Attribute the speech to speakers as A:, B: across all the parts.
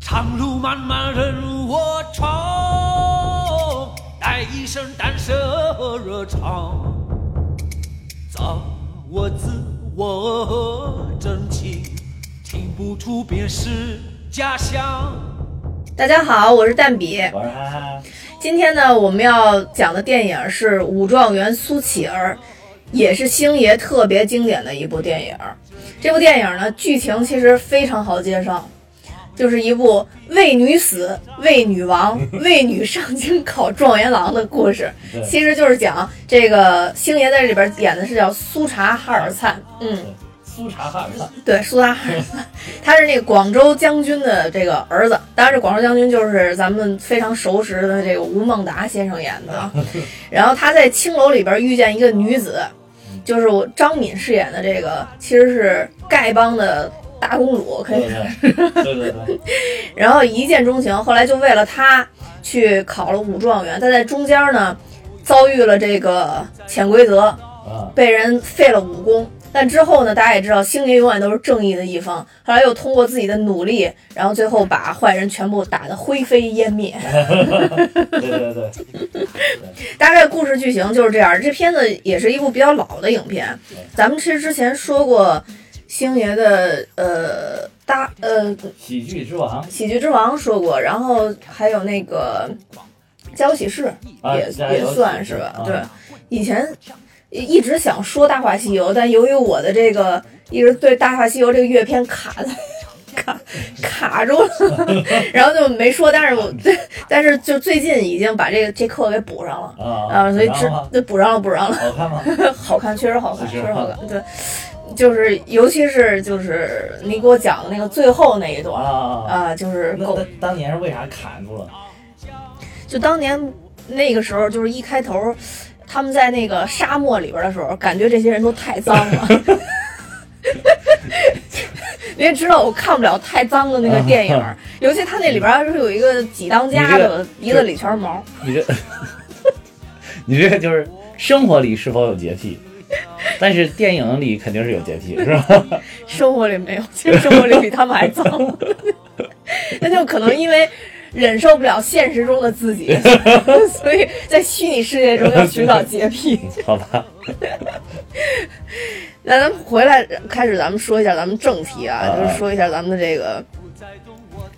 A: 长路漫漫任我闯，带一身胆色热肠，造我自我真情，听不出便是家乡。
B: 大家好，我是蛋比。
C: 我说
B: 今天呢，我们要讲的电影是《武状元苏乞儿》，也是星爷特别经典的一部电影。这部电影呢，剧情其实非常好介绍，就是一部为女死、为女亡、为女上京考状元郎的故事。
C: 对
B: 其实就是讲这个星爷在这里边演的是叫苏察哈尔灿，嗯，
C: 苏察哈尔汗，
B: 对，苏达尔，他是那个广州将军的这个儿子。当然，这广州将军就是咱们非常熟识的这个吴孟达先生演的。啊。然后他在青楼里边遇见一个女子，就是我张敏饰演的这个，其实是丐帮的大公主，可以
C: 对对对对对对，
B: 然后一见钟情，后来就为了他去考了武状元。他在中间呢，遭遇了这个潜规则，
C: 啊，
B: 被人废了武功。但之后呢，大家也知道，星爷永远都是正义的一方。后来又通过自己的努力，然后最后把坏人全部打得灰飞烟灭。
C: 对对对，
B: 大概故事剧情就是这样。这片子也是一部比较老的影片，咱们其实之前说过，星爷的呃大呃
C: 喜剧之王
B: 喜剧之王说过，然后还有那个《家有喜事》
C: 啊，
B: 也
C: 加
B: 也
C: 油
B: 算是吧
C: 啊。
B: 对，以前一一直想说《大话西游》，但由于我的这个一直对《大话西游》这个阅片卡在卡卡住 了，然后就没说。但是我 但是就最近已经把这个这课给补上了。
C: 啊
B: 啊，所以
C: 然
B: 这
C: 后
B: 这补上了，补上了，
C: 好看吗？
B: 好看，确实好看，
C: 确
B: 确
C: 实
B: 实好
C: 好
B: 看。对，就是尤其是就是你给我讲的那个最后那一段
C: 啊，
B: 啊，就是
C: 那
B: 狗
C: 那当年是为啥卡住了？
B: 就当年那个时候，就是一开头，他们在那个沙漠里边的时候，感觉这些人都太脏了。 你也知道，我看不了太脏的那个电影儿，尤其他那里边儿是有一个几当家的，
C: 你
B: 鼻
C: 这
B: 子里全是毛。
C: 你这， 你这个就是生活里是否有洁癖？但是电影里肯定是有洁 癖，是吧？
B: 生活里没有，其实生活里比他们还脏。 那就可能因为忍受不了现实中的自己， 所以在虚拟世界中要寻找洁癖。
C: 好吧，
B: 那咱们回来开始，咱们说一下咱们正题啊，
C: 啊
B: 就是说一下咱们的这个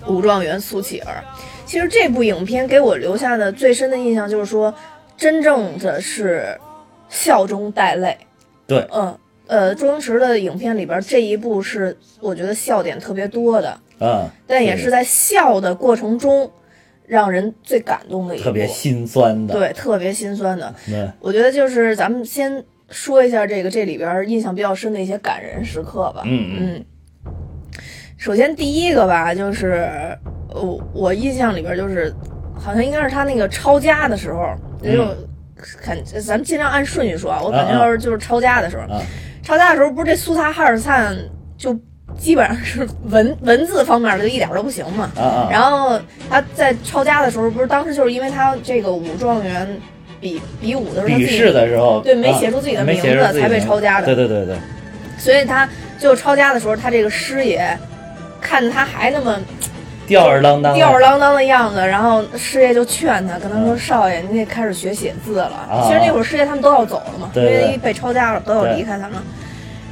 B: 武状元苏乞儿。其实这部影片给我留下的最深的印象就是说，真正的是笑中带泪。
C: 对
B: 嗯，呃，周星驰的影片里边这一部是我觉得笑点特别多的，
C: 嗯，
B: 但也是在笑的过程中让人最感动的一部，
C: 特别心酸的，
B: 对，嗯特别心酸的。
C: 对，
B: 我觉得就是咱们先说一下这个这里边儿印象比较深的一些感人时刻吧。
C: 嗯嗯
B: 嗯，首先第一个吧，就是我我印象里边儿就是好像应该是他那个抄家的时候，也有感，咱们尽量按顺序说啊。我感觉
C: 嗯啊啊
B: 要是就是抄家的时候，
C: 啊
B: 抄家的时候不是这苏萨哈尔灿就基本上是文文字方面儿就一点儿都不行嘛。
C: 啊啊，
B: 然后他在抄家的时候，不是当时就是因为他这个武状元比比武的时候，他自
C: 笔
B: 己
C: 试的时候，
B: 对没
C: 啊
B: 写出自己的
C: 没
B: 名
C: 写出
B: 字
C: 自己
B: 才被
C: 名字
B: 抄家的
C: 对对对对，
B: 所以他就抄家的时候，他这个师爷看着他还那么
C: 吊儿郎当的，
B: 吊儿郎当的样子，然后师爷就劝他，跟他说：“
C: 嗯
B: 少爷，你得开始学写字了。
C: 啊
B: 其实那会儿师爷他们都要走了嘛，
C: 对对
B: 因为被抄家了，都要
C: 对
B: 离开他们。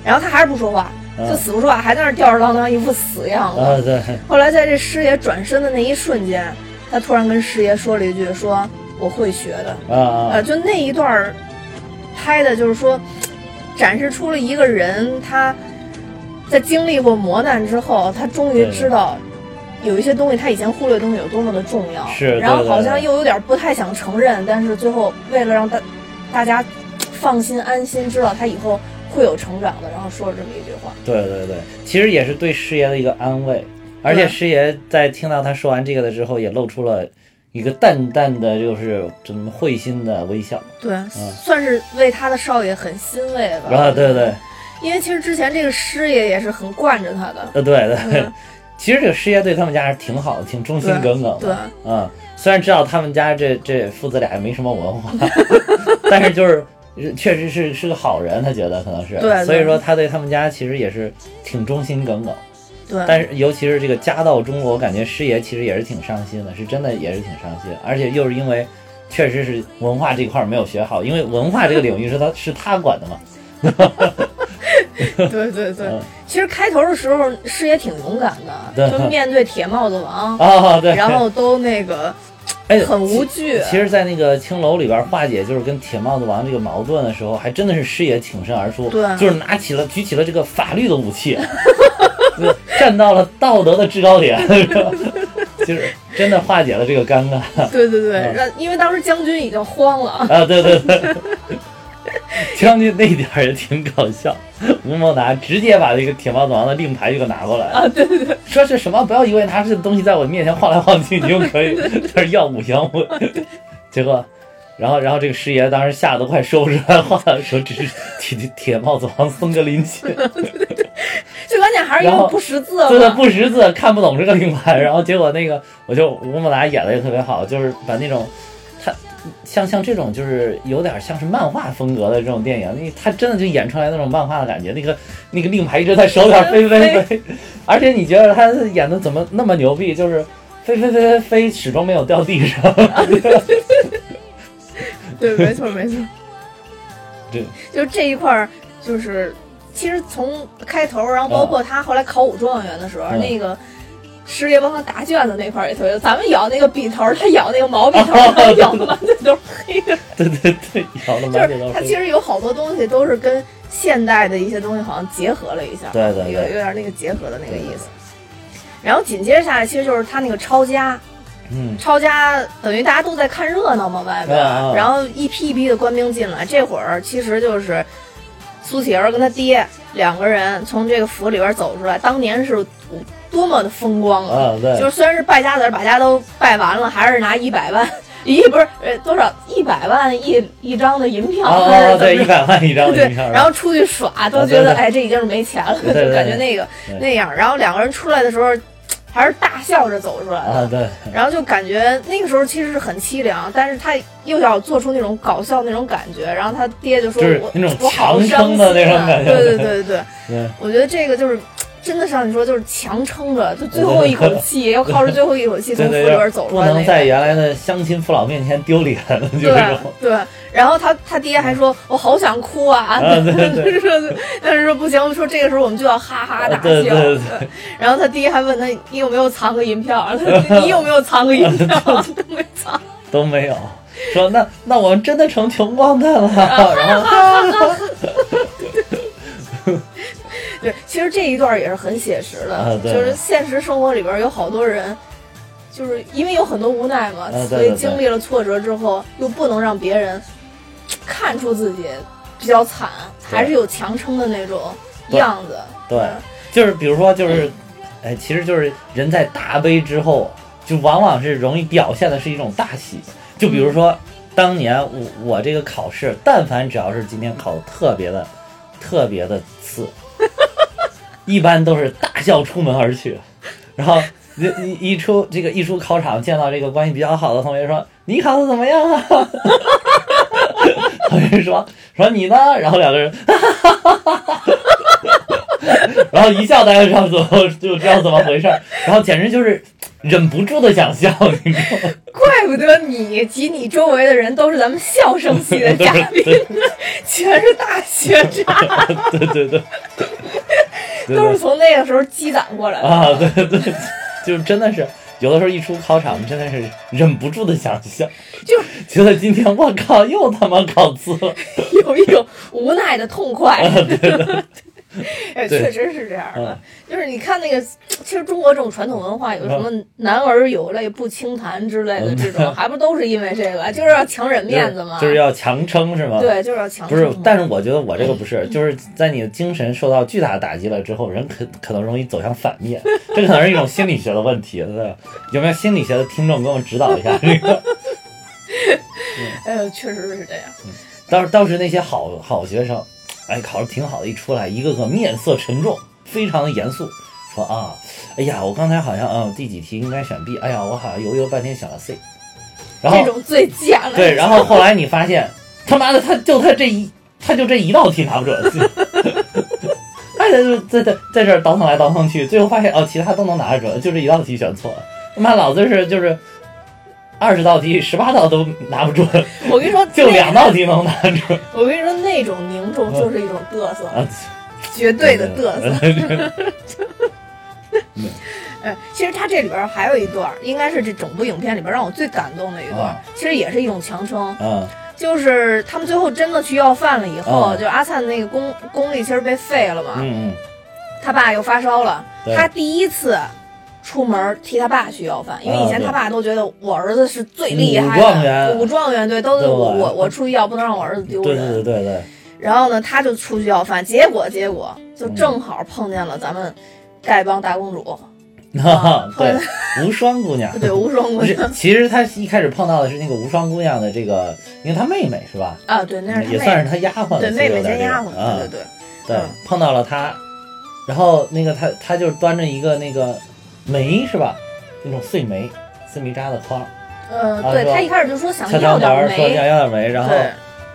B: 然后他还是不说话，
C: 嗯
B: 就死不说话，还在那儿吊儿郎当，一副死样子。
C: 啊对，
B: 后来在这师爷转身的那一瞬间，他突然跟师爷说了一句：“说我会学的。”
C: 啊啊
B: 呃，就那一段儿拍的，就是说展示出了一个人他在经历过磨难之后，他终于
C: 对
B: 知道有一些东西他以前忽略的东西有多么的重要。
C: 是对
B: 然后
C: 对
B: 好
C: 对
B: 像又有点不太想承认，但是最后为了让大大家放心安心，知道他以后会有成长的，然后说了这么一句话。
C: 对对对，其实也是对师爷的一个安慰，而且
B: 对
C: 师爷在听到他说完这个了之后，也露出了一个淡淡的就是怎么会心的微笑
B: 对，算是为他的少爷很欣慰吧。
C: 嗯啊，对对，
B: 因为其实之前这个师爷也是很惯着他的。
C: 呃对对
B: 嗯，
C: 其实这个师爷对他们家还是挺好的，挺忠心耿耿
B: 对
C: 的，啊，虽然知道他们家这这父子俩也没什么文化， 但是就是。确实是是个好人，他觉得可能是，
B: 对对
C: 所以说他对他们家其实也是挺忠心耿耿，
B: 对，
C: 但是尤其是这个家道中国，我感觉师爷其实也是挺伤心的，是真的也是挺伤心，而且又是因为确实是文化这块儿没有学好，因为文化这个领域是他是他管 的嘛，
B: 对对对。其实开头的时候师爷挺勇敢的，
C: 嗯对
B: 就面对铁帽子王，
C: 啊、对，
B: 然后都那个
C: 哎
B: 很无惧。
C: 其实，在那个青楼里边化解就是跟铁帽子王这个矛盾的时候，还真的是师爷挺身而出，
B: 对
C: 就是拿起了举起了这个法律的武器， 就站到了道德的制高点，是吧就是真的化解了这个尴尬
B: 对对对，
C: 嗯
B: 然因为当时将军已经慌了，
C: 啊！对对对，将军那一点儿也挺搞笑，吴孟达直接把这个铁帽子王的令牌就给拿过来了啊！对对对，说是什么？不要以为拿这东西在我面前晃来晃 去，你就可以，他是耀武扬威。结果，然后，然后这个师爷当时吓得都快说不出来话了， 说只是铁铁铁帽子王僧格林沁，
B: 最关键还是因
C: 然
B: 为
C: 后
B: 不识字 嘛。
C: 真的不识字，看不懂这个令牌。然后结果那个，我就吴孟达演的也特别好，就是把那种他像像这种就是有点像是漫画风格的这种电影，那他真的就演出来那种漫画的感觉，那个那个令牌一直在手里边飞飞飞， 而且你觉得他演的怎么那么牛逼，就是飞飞飞飞飞，始终没有掉 地上。
B: 对，没错没错。
C: 对，
B: 就这一块儿，就是其实从开头，然后包括他后来考武状元的时候，
C: 嗯
B: 那个师爷帮他答卷子那块儿也特别，咱们咬那个笔头儿，他咬那个毛笔头 儿，他
C: 哦
B: 咬的满嘴都是黑的。
C: 对对对，咬了
B: 就
C: 满嘴都
B: 是
C: 是
B: 他其
C: 飞。
B: 实有好多东西都是跟现代的一些东西好像结合了一下，
C: 对对对
B: 有有点那个结合的那个意思。然后紧接着下来，其实就是他那个抄家，
C: 嗯，
B: 抄家等于大家都在看热闹嘛，外边，
C: 对啊
B: 然后一批一批的官兵进来。这会儿其实就是苏乞儿跟他爹两个人从这个府里边走出来，当年是多么的风光啊！
C: 啊对
B: 就是虽然是败家子儿，把家都败完了，还是拿一百万，一不是呃多少一百万一一张的银票，
C: 哦
B: 还是
C: 哦哦，
B: 怎么
C: 对，
B: 着
C: 一百万一张的
B: 对，
C: 银票，
B: 然后出去耍都
C: 啊
B: 觉
C: 对
B: 得、
C: 对
B: 哎，这已经是没钱了，
C: 对对对
B: 就感觉那个
C: 对
B: 那样。然后两个人出来的时候，还是大笑着走出来的，
C: 啊对，
B: 然后就感觉那个时候其实是很凄凉，但是他又要做出那种搞笑那种感觉，然后他爹就说
C: 就是
B: 我
C: 那种
B: 我好
C: 强
B: 伤
C: 撑
B: 心
C: 的那种
B: 啊
C: 感觉
B: 对对对对对，
C: 对
B: 我觉得这个就是。真的像你说，就是强撑着，就最后一口 气，要靠着最后一口气从
C: 对
B: 府里
C: 对
B: 边
C: 对，
B: 走出
C: 不
B: 来、那个。
C: 能在原来的乡亲父老面前丢脸，就这种。
B: 对对，啊然后他他爹还说：“我好想哭啊！”
C: 啊对 对啊
B: 说但是说不行，说这个时候我们就要哈哈大笑。
C: 对对对
B: 然后他爹还问他：“你有没有藏个银票？” 他你有没有藏个银票？ 都没藏。
C: 都没有。说那那我们真的成穷光蛋 了，然后
B: 对，其实这一段也是很写实的，
C: 啊对
B: 就是现实生活里边有好多人。就是因为有很多无奈嘛，
C: 啊对
B: 所以
C: 对
B: 经历了挫折之后，又不能让别人看出自己比较惨，
C: 对
B: 还是有强撑的那种
C: 对
B: 样子。
C: 对，就是比如说就是，哎，其实就是人在大悲之后，就往往是容易表现的是一种大喜。就比如说当年我我这个考试，但凡只要是今天考的特别的特别的次，一般都是大笑出门而去。然后一一一出这个一出考场，见到这个关系比较好的同学说：“你考的怎么样啊？” 同学说：“说你呢？”然后两个人，然后一笑，大家就知道怎么就知道怎么回事儿，然后简直就是忍不住的想笑，你知道吗？
B: 怪不得你及你周围的人都是咱们笑声系的嘉宾， 全是大学渣，
C: 对对对，对
B: 都
C: 对
B: 是从那个时候积攒过来的。
C: 啊，对对，就是真的是。有的时候一出考场，真的是忍不住的想笑，
B: 就
C: 觉得今天我靠又他妈考次了，
B: 有一种无奈的痛快。 哎，
C: 啊对嗯
B: 确实是这样的。就是你看那个，其实中国这种传统文化有什么“男儿有泪不轻弹”之类的
C: 嗯
B: 这种， 还不都是因为这个，就是要强忍面子嘛。
C: 就是要强撑是吗？，
B: 对，就是要强
C: 不是
B: 撑嘛，
C: 但是我觉得我这个不是，就是在你的精神受到巨大的打击了之后，人可可能容易走向反面，这可能是一种心理学的问题，对吧？有没有心理学的听众给我们指导一下？ 这个
B: 哎呦，确实是这样。
C: 当当时那些好好学生，哎，考得挺好的，一出来一个个面色沉重，非常的严肃，说啊，哎呀，我刚才好像啊、第几题应该选 B，哎呀，我好像犹豫了半天选了 C，然
B: 这
C: 后
B: 种最贱了。
C: 对，然后后来你发 现他妈的他就他这一他就这一道题答不准，哎，在在在在这儿倒腾来倒腾去，最后发现哦，其他都能拿得准，就是一道题选错了。他妈老子是就是二十道题，十八道都拿不准，
B: 我跟你说，
C: 就
B: 那
C: 两道题能拿准
B: 我跟你说，那种凝重就是一种嘚瑟，
C: 啊！
B: 绝对的嘚
C: 嗯
B: 瑟。
C: 瑟。
B: 呃，其实它这里边还有一段儿，应该是这整部影片里边让我最感动的一段儿，
C: 啊
B: 其实也是一种强撑，
C: 嗯
B: 就是他们最后真的去要饭了以后，
C: 啊
B: 就阿灿那个功功力其实被废了嘛，
C: 嗯嗯，
B: 他爸又发烧了，
C: 对
B: 他第一次。出门替他爸去要饭，因为以前
C: 啊对
B: 他爸都觉得我儿子是最厉害的
C: 武状元
B: 武状元对，都是
C: 对
B: 我我
C: 对
B: 我出去要，不能让我儿子丢
C: 对
B: 人。啊
C: 对对对对，
B: 然后呢，他就出去要饭，结果结果就正好碰见了咱们丐帮大公主，
C: 哈，对，无双姑娘。
B: 对，无双姑
C: 不是
B: 娘，
C: 其实他一开始碰到的是那个无双姑娘的这个，因为她妹妹是吧？
B: 啊，对，那是他
C: 也
B: 妹
C: 算
B: 妹，
C: 是她丫鬟了，
B: 对妹妹
C: 其实
B: 兼
C: 有点这个
B: 丫鬟，
C: 啊
B: 对对对，
C: 对
B: 嗯，
C: 碰到了他，然后那个他他就端着一个那个煤是吧？那种碎煤、碎煤渣的筐，
B: 呃，
C: 啊
B: 对
C: 说
B: 他一开始就说想
C: 敲
B: 要
C: 敲门
B: 点
C: 儿说要
B: 煤，
C: 要点煤，然后
B: 对，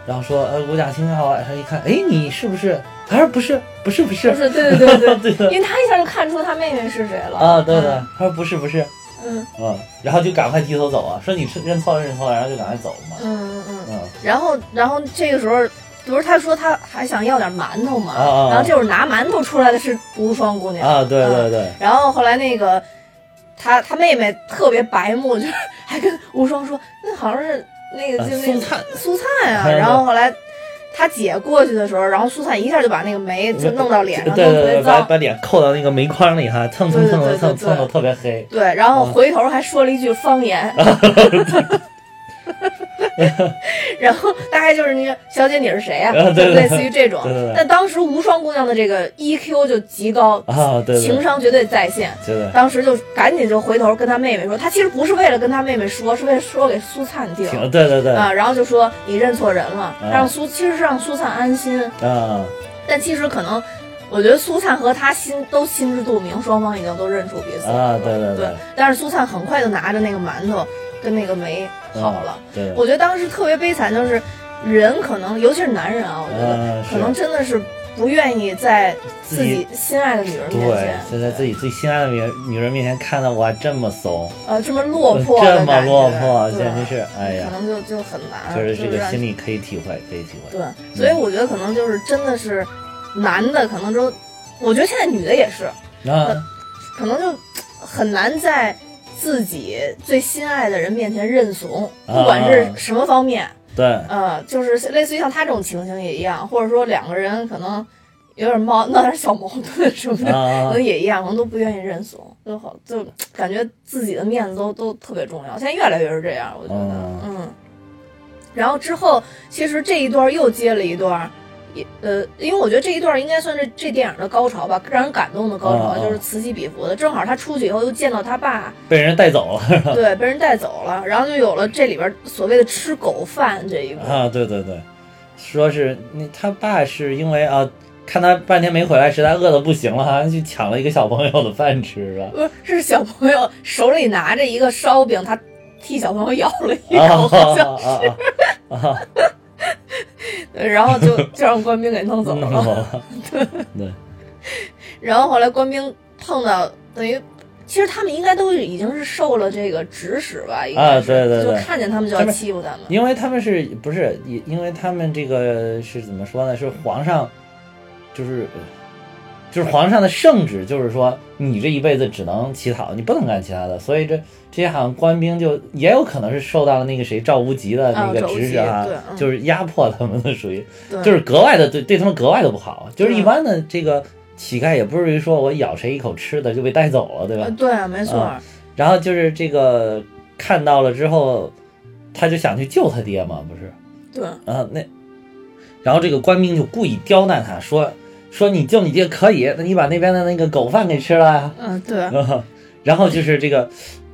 C: 然后说呃五甲青好啊，他一看，哎你是不是？他说不是，不是不是
B: 不，是，对对对
C: 对
B: 对，
C: 的
B: 因为他一下就看出他妹妹是谁了
C: 啊对的，，他说不是不是，
B: 嗯
C: 嗯，然后就赶快低头走啊，说你是认错了认错了，然后就赶快走嘛
B: 嗯，嗯嗯，
C: 嗯
B: 然后然后这个时候。不是他说他还想要点馒头嘛，
C: 啊啊啊
B: 然后就是拿馒头出来的是无双姑娘
C: 啊对对对，
B: 然后后来那个他他妹妹特别白目，就是 还跟无双说那好像是那个
C: 啊
B: 就那
C: 苏
B: 个
C: 灿
B: 苏灿啊。
C: 嗯
B: 然后后来他姐过去的时候，然后苏灿一下就把那个煤嗯就弄到脸上，
C: 对
B: 弄得
C: 对
B: 特别
C: 对，把
B: 脏。
C: 把脸扣到那个煤筐里哈，蹭蹭蹭蹭蹭蹭的特别黑，
B: 对，然
C: 嗯
B: 后回头还说了一句方 言， 然后大概就是那个小姐你是谁呀、
C: 啊对对对
B: 类似于这种
C: 对对对。
B: 但当时无双姑娘的这个 EQ 就极高，
C: 啊对
B: 情
C: 对
B: 商绝对在线。
C: 对对。
B: 当时就赶紧就回头跟他妹妹说，他其实不是为了跟他妹妹说，是为了说给苏灿听
C: 挺对对对
B: 啊。然后就说你认错人了，让苏其实是让苏灿安心，
C: 啊，
B: 但其实可能我觉得苏灿和他心都心知肚明，双方已经都认出彼此了
C: 啊对对对
B: 对。但是苏灿很快就拿着那个馒头跟那个煤跑了。
C: 嗯，对，
B: 我觉得当时特别悲惨，就是人可能尤其是男人啊，我觉得
C: 嗯，
B: 可能真的是不愿意在自己心爱的女人面
C: 对
B: 前，
C: 就在自己最心爱的女人女人面前看到我这么怂，
B: 呃，这么落魄的
C: 这
B: 感觉，
C: 么落魄，
B: 对
C: 简直是，哎
B: 可
C: 呀，
B: 能就啊就很难，
C: 就是这个
B: 让
C: 心理嗯可以体会，可以体会，啊
B: 对，所以我觉得可能就是真的是男的，可能就我觉得现在女的也是，
C: 啊，
B: 可能就很难在自己最心爱的人面前认怂，
C: 啊
B: 不管是什么方面，
C: 对，
B: 呃，就是类似于像他这种情形也一样，或者说两个人可能有点闹闹点小矛盾什么的。 可
C: 啊
B: 能也一样，可能都不愿意认怂，就好就感觉自己的面子都都特别重要。现在越来越是这样，我觉得，
C: 嗯
B: 嗯。然后之后，其实这一段又接了一段，也呃，因为我觉得这一段应该算是这电影的高潮吧，让人感动的高潮，
C: 嗯嗯
B: 就是此起彼伏的。正好他出去以后又见到他爸，
C: 被人带走了
B: 对，被人带走了，然后就有了这里边所谓的吃狗饭这一幕。
C: 啊，对对对，说是那他爸是因为啊。看他半天没回来，实在饿的不行了，好像去抢了一个小朋友的饭吃是吧？
B: 不是，是小朋友手里拿着一个烧饼，他替小朋友咬了 一
C: 啊
B: 口，好像
C: 啊啊啊啊！
B: 对然后 就就让官兵给弄走
C: 嗯
B: 了。
C: 对
B: 然后后来官兵碰到，等于其实他们应该都已经是受了这个指使吧，应该是
C: 啊对对对
B: 就看见他们就要
C: 他们
B: 欺负他们。
C: 因为他们是不是也因为他们这个是怎么说呢？是皇上，就是就是皇上的圣旨，就是说你这一辈子只能乞讨，你不能干其他的。所以这这些好像官兵就也有可能是受到了那个谁赵无极的那个
B: 啊赵无极
C: 指使啊，
B: 对嗯
C: 就是压迫他们的，属于
B: 对，
C: 就是格外的对对他们格外的不好。就是一
B: 嗯
C: 般的这个乞丐也不至于说我咬谁一口吃的就被带走了，对吧
B: 呃？对啊，没错儿
C: 啊， 然后就是这个看到了之后，他就想去救他爹嘛，不是？
B: 对，
C: 啊，那，然后这个官兵就故意刁难他，说说你救你爹可以，那你把那边的那个狗饭给吃了呀、
B: 嗯对，
C: 啊。 然后就是这个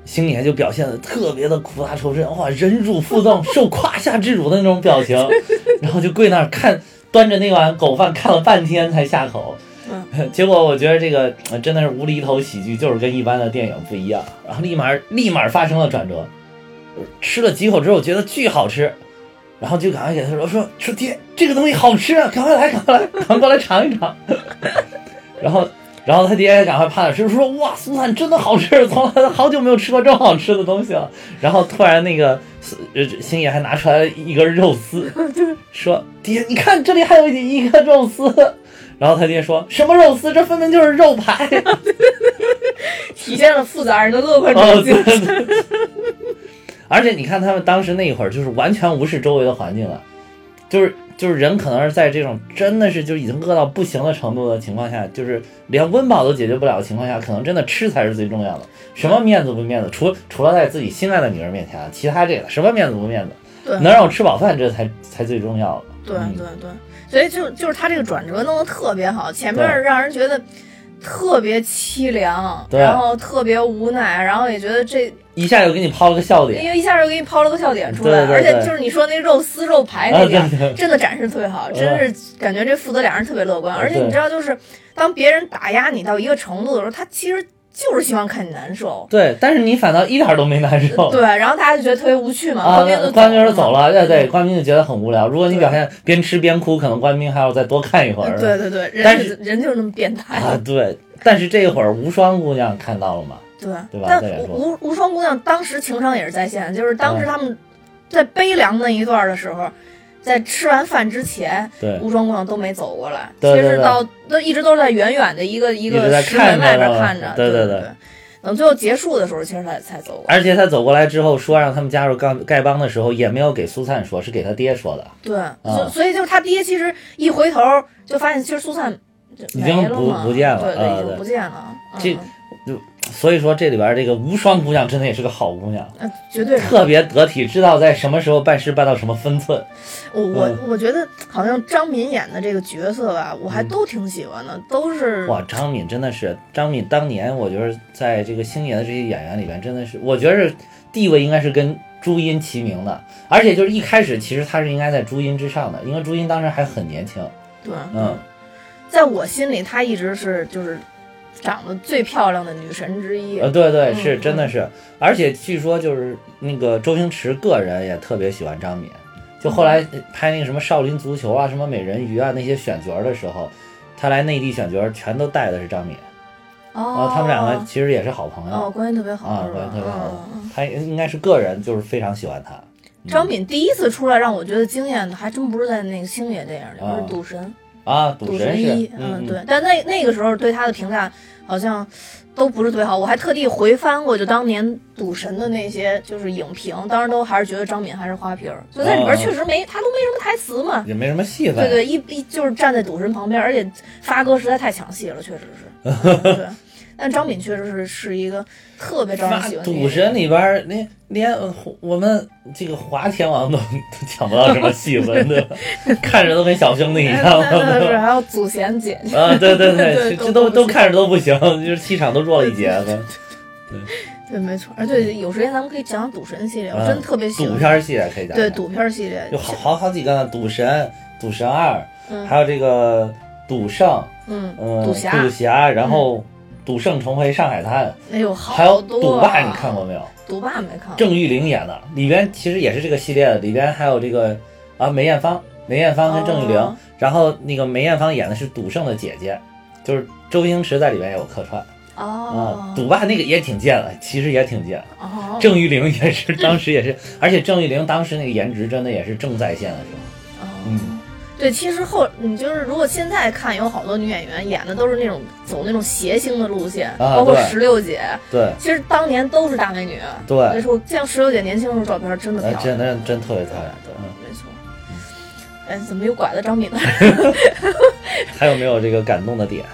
C: 星爷就表现的特别的苦大仇深，哇，忍辱负重，受胯下之辱的那种表情，然后就跪那儿看，端着那碗狗饭看了半天才下口。结果我觉得这个呃真的是无厘头喜剧，就是跟一般的电影不一样。然后立马立马发生了转折，吃了几口之后觉得巨好吃，然后就赶快给他说说说爹，这个东西好吃啊，赶快来赶快来，赶快过来尝一尝。然后然后他爹赶快趴那吃，说哇，苏饭真的好吃， 从来好久没有吃过这么好吃的东西了。然后突然那个呃星爷还拿出来了一根肉丝，说爹，你看这里还有一个肉丝。然后他爹说什么肉丝？这分明就是肉排。
B: 体现了父子二人的乐 观
C: 哦，
B: 处
C: 对
B: 境。
C: 对对。而且你看他们当时那一会儿，就是完全无视周围的环境了，啊就是就是人可能是在这种真的是就已经饿到不行的程度的情况下，就是连温饱都解决不了的情况下，可能真的吃才是最重要的。什么面子不面子，除除了在自己心爱的女人面前啊，其他这个什么面子不面子，
B: 对
C: 能让我吃饱饭，这才才最重要的。
B: 对
C: 嗯
B: 对对，所以就就是他这个转折弄得特别好，前面
C: 对
B: 让人觉得特别凄凉，
C: 对
B: 然后特别无奈，然后也觉得这
C: 一下又给你抛了个笑点
B: 因，为一下就给你抛了个笑点出来，
C: 对对
B: 而
C: 对
B: 且就是你说那肉丝肉排那点儿
C: 啊对对
B: 真的展示特别好，
C: 嗯啊
B: 真是感觉这父子俩人特别乐观，而且你
C: 对
B: 知道，就是当别人打压你到一个程度的时候，他其实就是希望看你难受。
C: 对，但是你反倒一点儿都没难受。
B: 对，然后大家就觉得特别无趣 嘛，
C: 哦啊，
B: 兵就
C: 官兵
B: 就
C: 就走
B: 了嘛。
C: 了，对对，官兵就觉得很无聊。如果你
B: 对
C: 表现边吃边哭，可能官兵还要再多看一会 儿。
B: 对对对，
C: 但
B: 人
C: 是
B: 就人就是那么变态。
C: 啊，对。但是这一会儿无双姑娘看到了嘛？
B: 对，
C: 对吧
B: 但
C: 再来说
B: 吴吴吴双姑娘当时情商也是在线，就是当时
C: 嗯
B: 他们在悲凉那一段的时候，在吃完饭之前，
C: 对
B: 吴双姑娘都没走过来，
C: 对对
B: 其实
C: 对
B: 到都一直都是在远远的一个一
C: 一直
B: 个
C: 在
B: 石门
C: 看着
B: 外边
C: 呢
B: 看着，
C: 对
B: 对
C: 对
B: 对
C: 对。
B: 等最后结束的时候，其实才才走过来。
C: 而且他走过来之后说让他们加入丐丐帮的时候，也没有给苏灿说，是给他爹说的，
B: 对，所所以就是他爹，其实一回头就发现，其实苏灿就
C: 已
B: 没
C: 经
B: 了
C: 不
B: 嘛
C: 不见了
B: 对
C: 啊
B: 对，已经
C: 对
B: 不见了。嗯
C: 这所以说这里边这个无双姑娘真的也是个好姑娘，
B: 呃绝对是
C: 特别得体，知道在什么时候办事办到什么分寸。
B: 我我
C: 嗯
B: 我觉得好像张敏演的这个角色吧，我还都挺喜欢的，都是
C: 嗯哇，张敏真的是，张敏当年我觉得在这个星爷的这些演员里边，真的是，我觉得是地位应该是跟朱茵齐名的，而且就是一开始其实她是应该在朱茵之上的，因为朱茵当时还很年轻，
B: 对，
C: 嗯，
B: 在我心里她一直是就是长得最漂亮的女神之一
C: 呃，。对对，
B: 嗯
C: 是
B: 嗯
C: 真的是，而且据说就是那个周星驰个人也特别喜欢张敏，就后来
B: 嗯
C: 呃拍那个什么《少林足球》啊、什么《美人鱼啊》那些选角的时候，他来内地选角全都带的是张敏，然
B: 哦
C: 后，他们两个其实也是好朋友。
B: 哦关系特别好，
C: 啊
B: 是，吧
C: 关系特别好
B: 嗯嗯嗯，
C: 他应该是个人就是非常喜欢他。
B: 张敏第一次出来让我觉得惊艳的，还真不是在那个星爷电影里，
C: 啊
B: 而是《赌神》
C: 啊，赌
B: 赌
C: 神
B: 神
C: 是
B: 一，，
C: 嗯，
B: 对，但那那个时候对他的评价好像都不是特别好，我还特地回翻过，就当年赌神的那些就是影评，当时都还是觉得张敏还是花瓶儿，所以在里边
C: 啊
B: 确实没他都没什么台词嘛，
C: 也没什么戏份。
B: 对对，一一就是站在赌神旁边，而且发哥实在太抢戏了，确实是，嗯 对。但张敏确实是是一个特别招人
C: 妈
B: 喜欢的演员
C: 赌神里边儿连连呃我们这个华天王都都抢不到什么戏份，对 吧？看着都跟小兄弟一样。
B: 哎那那是
C: 对吧
B: 还有祖贤姐姐，
C: 啊，对 对
B: 对都
C: 对，这这
B: 都
C: 都都看着都不行，就是气场都弱了一截 子。
B: 对，没错。哎，对，有时间咱们可以讲讲赌神系列，我
C: 嗯
B: 真特别喜
C: 赌
B: 欢。
C: 片儿戏也可以讲，
B: 对，赌片系列
C: 有，好好好几个呢，赌神、赌神二，
B: 嗯
C: 还有这个赌圣，
B: 嗯，
C: 嗯，
B: 赌侠
C: 赌侠，然后赌圣重回上海滩，
B: 哎呦，
C: 还有
B: 好多、啊。
C: 赌霸，你看？过没有？
B: 赌霸没看过。
C: 郑裕玲演的，里边其实也是这个系列的，里边还有这个啊梅艳芳，梅艳芳跟郑裕玲，
B: 哦
C: 然后那个梅艳芳演的是赌圣的姐姐，就是周星驰在里边也有客串啊、
B: 哦，
C: 啊赌霸那个也挺贱的，其实也挺贱。
B: 哦，
C: 郑裕玲也是当时也是， 而且郑裕玲当时那个颜值真的也是正在线的时候，
B: 哦
C: 嗯，
B: 对，其实后你就是如果现在看，有好多女演员演的都是那种走那种谐星的路线，
C: 啊
B: 包括
C: 对
B: 石榴姐，
C: 对
B: 其实当年都是大美女。那
C: 对，
B: 时候见石榴姐年轻时候照片，真的漂
C: 呃
B: 亮，
C: 真的真特别漂亮。
B: 对
C: 嗯，
B: 没错。哎，怎么又拐到张敏了？
C: 还有没有这个感动的点？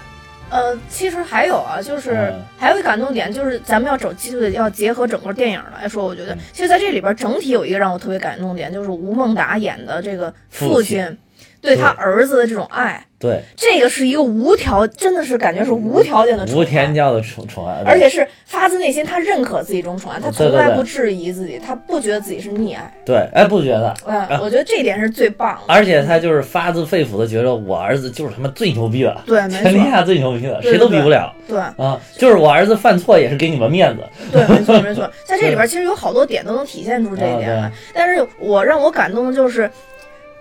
B: 呃，其实还有啊，就是、
C: 嗯
B: 还有一个感动点，就是咱们要整，就是要结合整个电影来说，我觉
C: 嗯
B: 得，其实在这里边整体有一个让我特别感动的点，就是吴孟达演的这个父
C: 父
B: 亲
C: 亲
B: 对他儿子的这种爱，
C: 对，
B: 这个是一个无条，真的是感觉是无条件的宠
C: 嗯无
B: 爱
C: 天教的宠宠爱，
B: 而且是发自内心，他认可自己这种宠爱，他
C: 对对
B: 从来
C: 对
B: 不质疑自己，他不觉得自己是溺爱。
C: 对，哎，不觉得？
B: 嗯，我觉得这一点是最棒的。
C: 而且他就是发自肺腑的觉得我儿子就是他妈最牛逼的，
B: 对，没
C: 全天
B: 错，
C: 下最牛逼的，
B: 对
C: 谁都比不了
B: 对
C: 啊！就是我儿子犯错也是给你们面子，
B: 对，没错 没错，在这里边其实有好多
C: 啊
B: 点都能体现出这一点来。但是我让我感动的就是，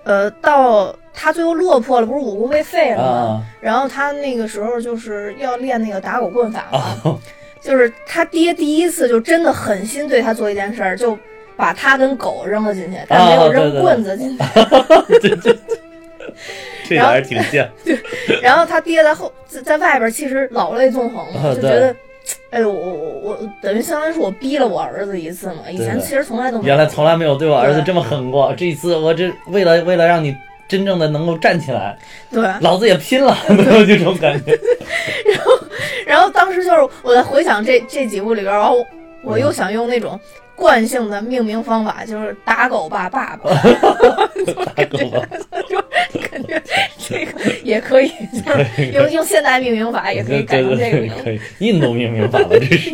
B: 呃，到他最后落魄了，不是武功被废了吗？
C: 啊
B: 然后他那个时候就是要练那个打狗棍法嘛，
C: 啊
B: 就是他爹第一次就真的狠心对他做一件事儿，就把他跟狗扔了进去，但没有
C: 哦对对
B: 扔
C: 对
B: 棍子进 去。
C: 这点儿挺像，
B: 然后他爹在后在在外边其实老泪纵横嘛，
C: 啊
B: 就觉
C: 对
B: 得，哎呦，我我我等于相当于是我逼了我儿子一次嘛。以前
C: 对
B: 其实从来都没有
C: 原来从来没有对我儿子
B: 对
C: 这么狠过，这一次我这为了为了让你真正的能够站起来，
B: 对。
C: 老子也拼了，没有这种感觉。
B: 然后当时就是我在回想这这几部里边，然后我
C: 嗯
B: 又想用那种惯性的命名方法，就是打狗吧爸 爸，
C: 大狗吧，
B: 感觉这个也可以，就是用用现代命名法也可以
C: 对
B: 改
C: 对
B: 成这个
C: 对，
B: 名字。
C: 可以，印度命名法了，这是。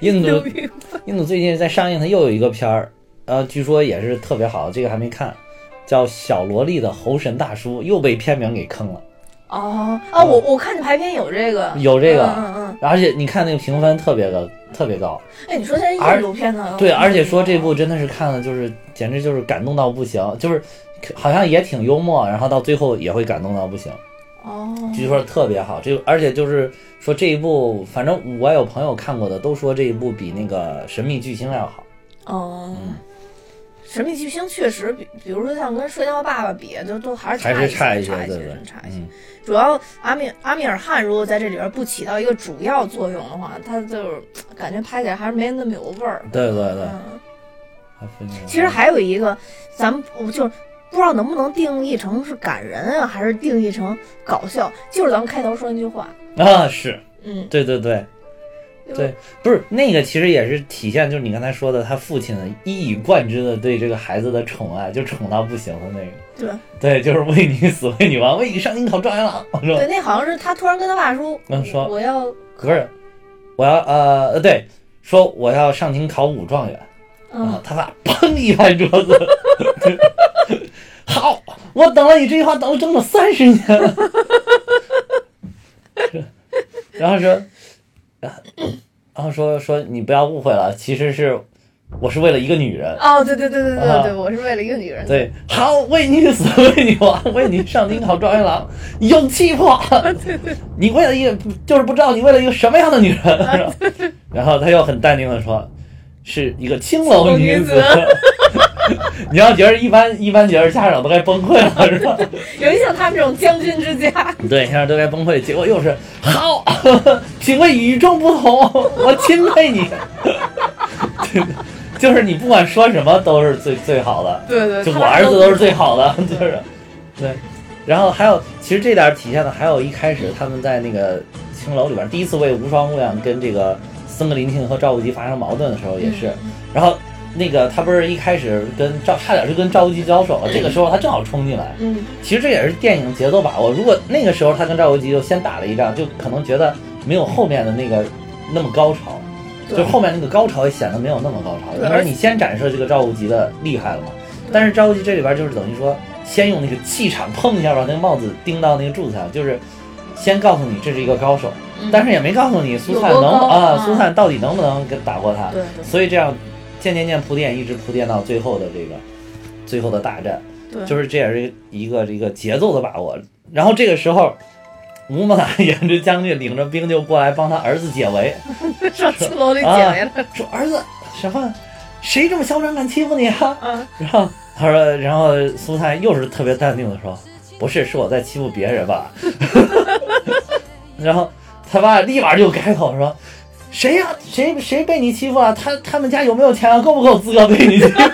C: 印度 印度最近在上映，它又有一个片儿，呃，据说也是特别好，这个还没看，叫《小萝莉的猴神大叔》，又被片名给坑了。
B: 哦哦，我我看你排片有这个，
C: 嗯有这个
B: 嗯嗯嗯。
C: 而且你看那个评分特别的特别高，
B: 哎，你说现在印度片呢？
C: 对，而且说这
B: 啊
C: 部真的是看了就是简直就是感动到不行，就是好像也挺幽默，然后到最后也会感动到不行，
B: 哦，
C: 据说特别好。这而且就是说这一部，反正我有朋友看过的都说这一部比那个《神秘巨星》要好。
B: 哦，神秘巨星确实比，比如说像跟《摔跤爸爸》比，就都还是
C: 还是
B: 差
C: 差
B: 一
C: 一
B: 些，
C: 些，
B: 差一
C: 对
B: 些，
C: 对
B: 真，差一些。
C: 嗯，
B: 主要阿米阿米尔汗如果在这里边不起到一个主要作用的话，他就是感觉拍起来还是没那么有味儿。
C: 对对对，
B: 嗯，
C: 还分成了
B: 其实还有一个，咱们我就是不知道能不能定义成是感人啊，还是定义成搞笑，就是咱们开头说那句话，
C: 啊是
B: 嗯，
C: 对对对对，不是那个其实也是体现就是你刚才说的他父亲一以贯之的对这个孩子的宠爱，就宠到不行的那个。
B: 对
C: 对，就是为你死，为你亡，为你上京考状元郎，是吧
B: 对，？那好像是他突然跟他爸说，
C: 嗯说
B: 我要，嗯
C: 不是，我要呃，对，说我要上京考武状元
B: 嗯
C: 啊，，他爸砰一拍桌子， 好，我等了你这句话，等了整 整三十年，然后说，然后然后说说你不要误会了，其实是我是为了一个女人，
B: 哦，对对对对对
C: 啊
B: 对，我是为了一个女人，
C: 对，好，为你死，为你亡，为你上京考状元郎，有气魄。你为了一个，就是不知道你为了一个什么样的女人，是吧？ 然后他又很淡定的说，是一个青楼女
B: 青
C: 子
B: 楼。
C: 你要觉得一般，一般觉得家长都该崩溃了，是吧？
B: 尤其像他们这种将军之 家，
C: 对，家长都该崩溃，结果又是好， 品味与众不同，我钦佩你。 就是你不管说什么都是最最好的。
B: 对对，
C: 就
B: 呃他们
C: 我儿子都是最好的，
B: 对
C: 就是对。然后还有，其实这点儿体现的还有一开始他们在那个青楼里边儿，第一次为无双姑娘跟这个森格林沁和赵无极发生矛盾的时候也是，
B: 嗯
C: 然后那个他不是一开始跟赵差点就跟赵无极交手了，这个时候他正好冲进来，
B: 嗯，
C: 其实这也是电影节奏把握。如果那个时候他跟赵无极就先打了一仗，就可能觉得没有后面的那个那么高潮，
B: 对
C: 就后面那个高潮也显得没有那么高潮，
B: 对
C: 因为你先展示这个赵无极的厉害了嘛。但是赵无极这里边就是等于说，先用那个气场碰一下把那个帽子钉到那个柱子上，就是先告诉你这是一个高手，
B: 嗯
C: 但是也没告诉你苏灿
B: 有多
C: 能
B: 高
C: 啊
B: 啊，
C: 苏灿到底能不能跟打过他。
B: 对对
C: 所以这样渐渐渐铺垫，一直铺垫到最后的这个最后的大战，
B: 对
C: 就是这也是一个这个节奏的把握。然后这个时候，吴孟达 沿着将军领着兵就过来帮他儿子解围，
B: 上青楼里解围了，
C: 说儿子什么，谁这么嚣张敢欺负你啊？
B: 嗯，
C: 然后他说，然后苏灿又是特别淡定的说，不是，是我在欺负别人吧。 然后他爸立马就改口说。谁呀、谁谁被你欺负了？他他们家有没有钱啊？够不够资格被你欺负？啊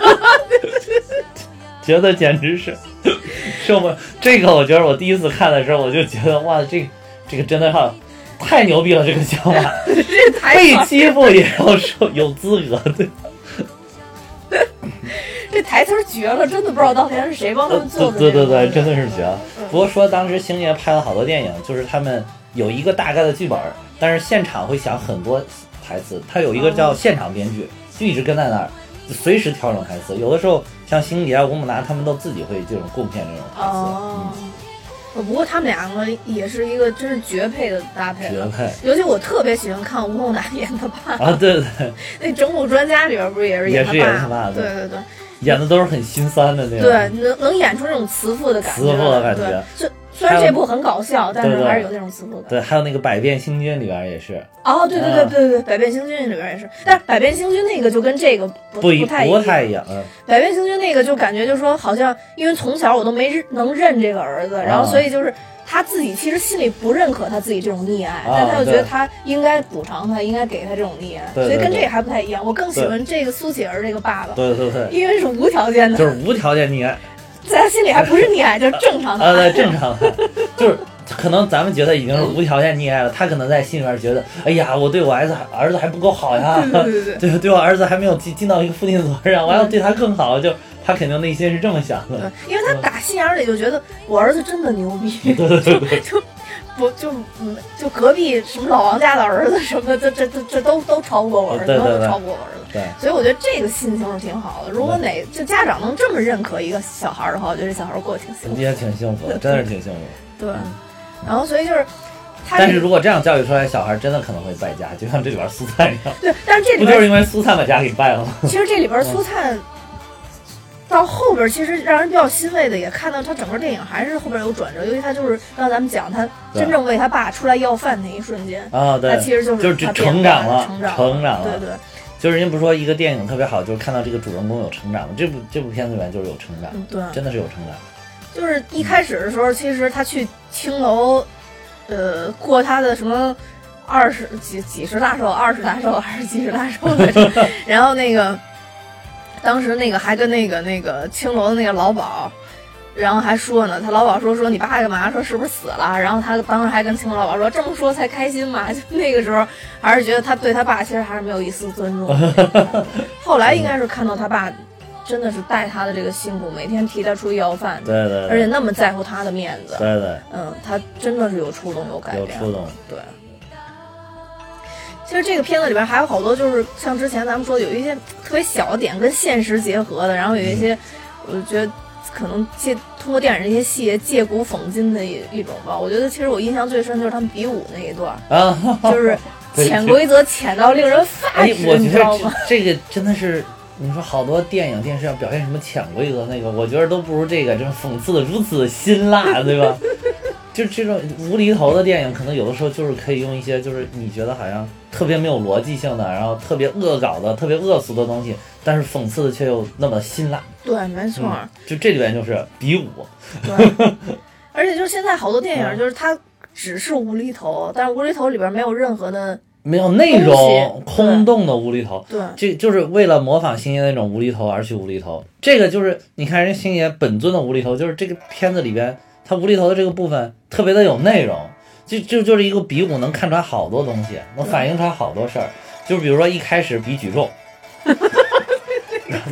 C: 觉得简直是，是我这个，我觉得我第一次看的时候，我就觉得哇，这个这个真的哈，太牛逼了！这个想法，
B: 这台
C: 被
B: 词
C: 欺负也要受有资格对。
B: 这台词绝了，真的不知道当年是谁帮 他们哦做的。
C: 对对对，真的是绝了。
B: 嗯
C: 不过说当时星爷拍了好多电影，就是他们有一个大概的剧本，但是现场会想很多台词。他有一
B: 哦
C: 个叫现场编剧，就一直跟在那儿，就随时调整台词。有的时候像星爷啊、吴孟达他们都自己会这种贡献这种台
B: 哦
C: 词，。
B: 不过他们两个也是一个真是绝配的搭配
C: 嗯，，绝配
B: 尤其我特别喜欢看吴孟达演他爸，
C: 啊！对对对，
B: 那《整蛊专家》里边不是也是
C: 也
B: 他
C: 是演他
B: 爸
C: 爸
B: 吗？对
C: 对
B: 对对，
C: 演的都是很心酸的那种。
B: 对，能能演出那种慈父的感觉，
C: 慈父的感觉
B: 对，虽虽然这部很搞笑，但
C: 对
B: 是
C: 对
B: 还是有那种慈父感。
C: 对还有那个《百变星君》里边也是
B: 哦，对对对
C: 啊
B: 对对对，百变星君里边也是，但是百变星君那个就跟这个不
C: 不一
B: 太
C: 不
B: 样
C: 太一样，嗯
B: 百变星君那个就感觉就说好像，因为从小我都没认能认这个儿子，然后
C: 啊
B: 所以就是他自己其实心里不认可他自己这种溺爱，
C: 啊
B: 但他又觉
C: 对
B: 得他应该补偿他，应该给他这种溺爱，
C: 对对
B: 所以跟
C: 对
B: 这个还不太一样。我更喜欢这个苏乞儿这个爸爸，
C: 对对对，
B: 因为是无条件的，
C: 就是无条件溺爱，
B: 在他心里还不是溺爱，就是正常的
C: 呃，
B: 爱。
C: 对正常的，就是可能咱们觉得已经是无条件溺爱了，他可能在心里边觉得，哎呀，我对我儿子还儿子还不够好呀，
B: 对对对对
C: 对对我儿子还没有尽尽到一个父亲责任，我要对他更好，就他肯定内心是这么想的
B: 对，，因为他打心眼里就觉得我儿子真的牛逼， 就 就不就嗯就隔壁什么老王家的儿子什么的，这这这这都都超不过我儿子，
C: 对对
B: 都
C: 对
B: 超不过我儿子。
C: 对。
B: 所以我觉得这个心情是挺好的。如果
C: 嗯
B: 哪就家长能这么认可一个小孩儿的话，我觉得这小孩儿过得挺幸福。
C: 也挺幸福的，真的是挺幸福的。
B: 对，然后所以就是，他
C: 但是如果这样教育出来，小孩真的可能会败家，就像这里边苏灿一样，
B: 对，但是这
C: 不
B: 里
C: 就
B: 边
C: 是因为苏灿把家给败了吗？
B: 其实这里边苏灿到后边，其实让人比较欣慰的，也看到他整个电影还是后边有转折，尤其他就是刚才咱们讲他
C: 对
B: 真正为他爸出来要饭那一瞬间，
C: 啊，对
B: 他，其实就是
C: 就是
B: 他变
C: 成
B: 大
C: 长了，
B: 成长
C: 成长
B: 对
C: 了。
B: 对，
C: 就是人家不说一个电影特别好，就是看到这个主人公有成长的，这部这部片子里面就是有成长，
B: 嗯对。
C: 真的是有成长。
B: 就是一开始的时候，其实他去青楼，呃，过他的什么二十几几十大寿、二十大寿还是几十大寿来着？ 然后那个当时那个还跟那个那个青楼的那个老鸨。然后还说呢，他老鸨说说你爸干嘛？说是不是死了？然后他当时还跟青楼老鸨说这么说才开心嘛。就 那个时候还是觉得他对他爸其实还是没有一丝尊重。后来应该是看到他爸真的是带他的这个辛苦，每天替他出去要饭，
C: 对对
B: 而且
C: 对
B: 那么在乎他的面子，
C: 对对，
B: 嗯，他真的是有触动，有改
C: 有
B: 变，
C: 触动。
B: 对。其实这个片子里边还有好多，就是像之前咱们说有一些特别小的点跟现实结合的，然后有一
C: 嗯
B: 些，我觉得可能借通过电影这些细节借古讽今的一一种吧。我觉得其实我印象最深就是他们比武那一段，
C: 啊，
B: 就是
C: 对
B: 潜规则潜到令人发
C: 哎
B: 指，，
C: 我
B: 你
C: 觉
B: 知
C: 得
B: 道吗？
C: 这这个真的是，你说好多电影电视上表现什么潜规则那个，我觉得都不如这个，这讽刺的如此辛辣， 对吧？就这种无厘头的电影，可能有的时候就是可以用一些就是你觉得好像特别没有逻辑性的，然后特别恶搞的、特别恶俗的东西，但是讽刺的却又那么辛辣。
B: 对，没错。
C: 嗯，就这里边就是比武，
B: 对，而且就是现在好多电
C: 嗯
B: 影，就是它只是无厘头，但是无厘头里边没有任何的
C: 没有内容，
B: 东西对
C: 空洞的无厘头。
B: 对
C: 这就是为了模仿星爷那种无厘头而去无厘头。这个就是你看人星爷本尊的无厘头，就是这个片子里边他无厘头的这个部分特别的有内容，就就就是一个比武能看出来好多东西，能反映出来好多事儿。就比如说一开始比举重，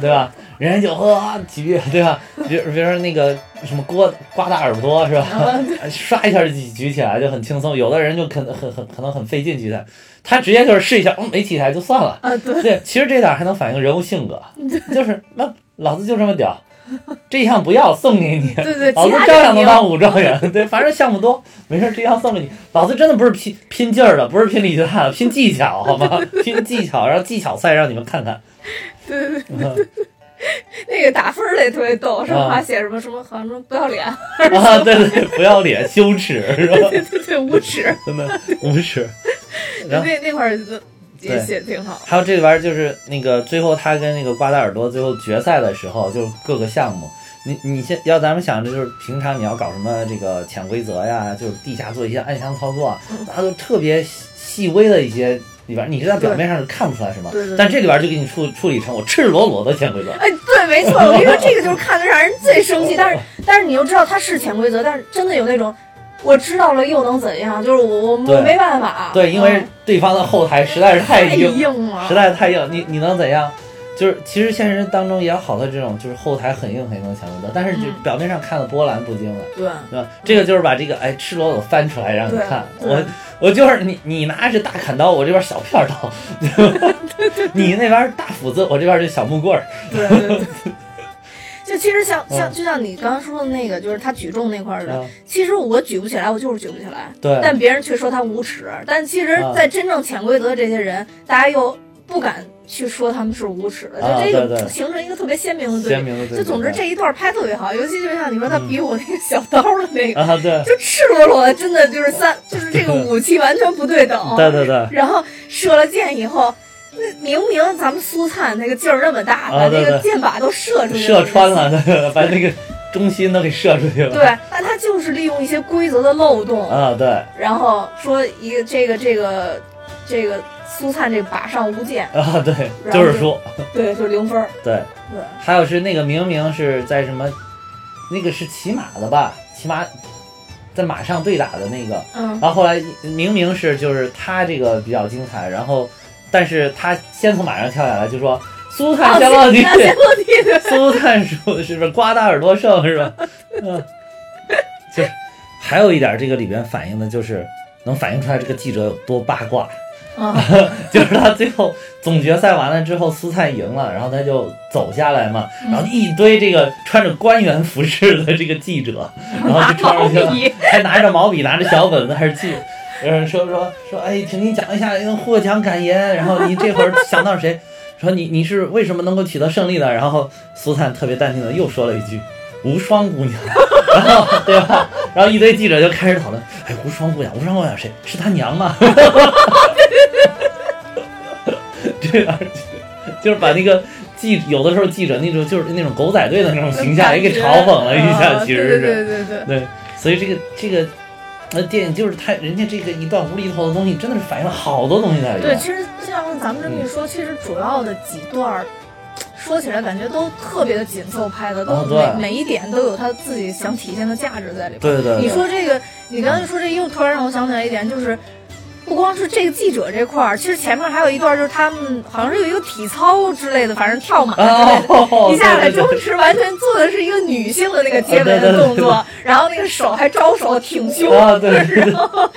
C: 对吧？人家就啊举，对吧？比如比如说那个什么郭瓜大耳朵是吧？
B: 啊
C: 刷一下就举举起来就很轻松，有的人就可能很很可能很费劲举起来，他直接就是试一下，嗯，没起来就算了。
B: 啊，对
C: 对，其实这点儿还能反映人物性格，就是那老子就这么屌，这一项不要送给你，
B: 对对，
C: 老
B: 其
C: 子
B: 他
C: 照
B: 的
C: 样
B: 没
C: 能
B: 有
C: 当武状元，对，反正项目多，没事儿这一项送给你。老子真的不是拼拼劲儿的，不是拼力气大的，拼技巧好 吗？拼技巧，然后技巧赛让你们看看。
B: 对对 对，
C: 嗯
B: 那个打分儿的也特别逗，上面
C: 啊
B: 还写什么什么，好像什么不要脸，
C: 啊，对对对，不要脸，羞耻是 吧？
B: 对对，无耻，
C: 真的无耻。然后
B: 那那块儿就也
C: 对
B: 写得挺好，
C: 还有这里边就是那个最后他跟那个瓜达尔多最后决赛的时候，就是各个项目，你你先要咱们想的就是平常你要搞什么这个潜规则呀，就是地下做一些暗箱操作啊，大家都特别细细微的一些里边，你在表面上是看不出来什么
B: 对对对，
C: 但这里边就给你处处理成我赤裸裸的潜规则。
B: 哎，对，没错，我跟你说，这个就是看的让人最生气。但 是，但是你又知道它是潜规则，但是真的有那种，我知道了又能怎样？就是我我我
C: 对
B: 没办法。啊嗯
C: 对，因为对方的后台实在是嗯太
B: 太
C: 硬，
B: 硬了，
C: 实在是太硬，你你能怎样？就是其实现实当中也有好多这种，就是后台很硬很硬的潜规则，但是就
B: 嗯
C: 表面上看的波澜不惊的。
B: 对
C: 对吧？这个就是把这个哎赤裸裸翻出来让你
B: 对
C: 看。
B: 对
C: 我我就是你你拿着大砍刀，我这边小片刀， 你那边大斧子，我这边就小木棍儿。
B: 对对对。 就其实像像
C: 嗯
B: 就像你刚刚说的那个，就是他举重那块儿的
C: 嗯，
B: 其实我举不起来，我就是举不起来。
C: 对
B: 但别人却说他无耻，但其实
C: 嗯，
B: 在真正潜规则的这些人，大家又不敢去说他们是无耻的，
C: 啊
B: 就这
C: 对对
B: 个形成一个特别鲜明的对
C: 鲜
B: 比。
C: 明的对比。嗯
B: 就总之这一段拍特别好，尤其就像你说他比我那个小刀的 那个，
C: 啊，对
B: 就赤裸裸的，真的就是三，就是这个武器完全不对等。
C: 对对对，
B: 然后射了箭以后，那明明咱们苏灿那个劲儿那么大，把
C: 啊对
B: 那个
C: 对
B: 箭靶都射出去，
C: 射穿。 了，把那个中心都给射出去了。
B: 对，那他就是利用一些规则的漏洞，
C: 啊，对
B: 然后说一个这个这个这个苏灿这靶上无箭，
C: 啊，对，
B: 然后
C: 就是输。
B: 对，就是零分儿。
C: 对，
B: 对，
C: 还有是那个明明是在什么，那个是骑马的吧？骑马在马上对打的那个，
B: 嗯
C: 然后后来明明是就是他这个比较精彩，然后但是他先从马上跳下来就说哦苏
B: 啊
C: 灿先落地，
B: 先落地对
C: 苏灿说是不是瓜达尔多胜是吧？ 嗯，就是还有一点这个里边反映的就是能反映出来这个记者有多八卦，
B: 啊，
C: 就是他最后总决赛完了之后，苏灿赢了，然后他就走下来嘛，然后一堆这个穿着官员服饰的这个记者，然后就冲上去了
B: 毛笔，
C: 还拿着毛笔，拿着小本子，还是记。嗯，说说说，哎，请你讲一下那个获奖感言，然后你这会儿想到谁？说你你是为什么能够取得胜利的？然后苏灿特别淡定的又说了一句：“无双姑娘。” 然后对吧？然后一堆记者就开始讨论，哎，无双姑娘，无双姑娘谁？是他娘吗？ 这样就是把那个记有的时候记者那种就是那种狗仔队的那种 形象也给嘲讽了一
B: 啊
C: 下，其实是。
B: 对对对 对对，
C: 对，所以这个这个呃电影就是它人家这个一段无厘头的东西，真的是反映了好多东西在里
B: 对，
C: 面。
B: 其实就像咱们这么一说，其实主要的几段儿，说起来感觉都特别的紧凑拍的，
C: 啊
B: 都每、
C: 对
B: 每一点都有他自己想体现的价值在里边。
C: 对对对
B: 你说这个，你刚才说这又突然让我想起来一点，就是。不光是这个记者这块儿，其实前面还有一段，就是他们好像是有一个体操之类的，反正跳马之类的，
C: 哦，
B: 一下来
C: 对对哦
B: 周
C: 对
B: 驰完全做的是一个女性的那个结尾的动作，然后那个手还招手挺胸，
C: 啊对对对
B: 然后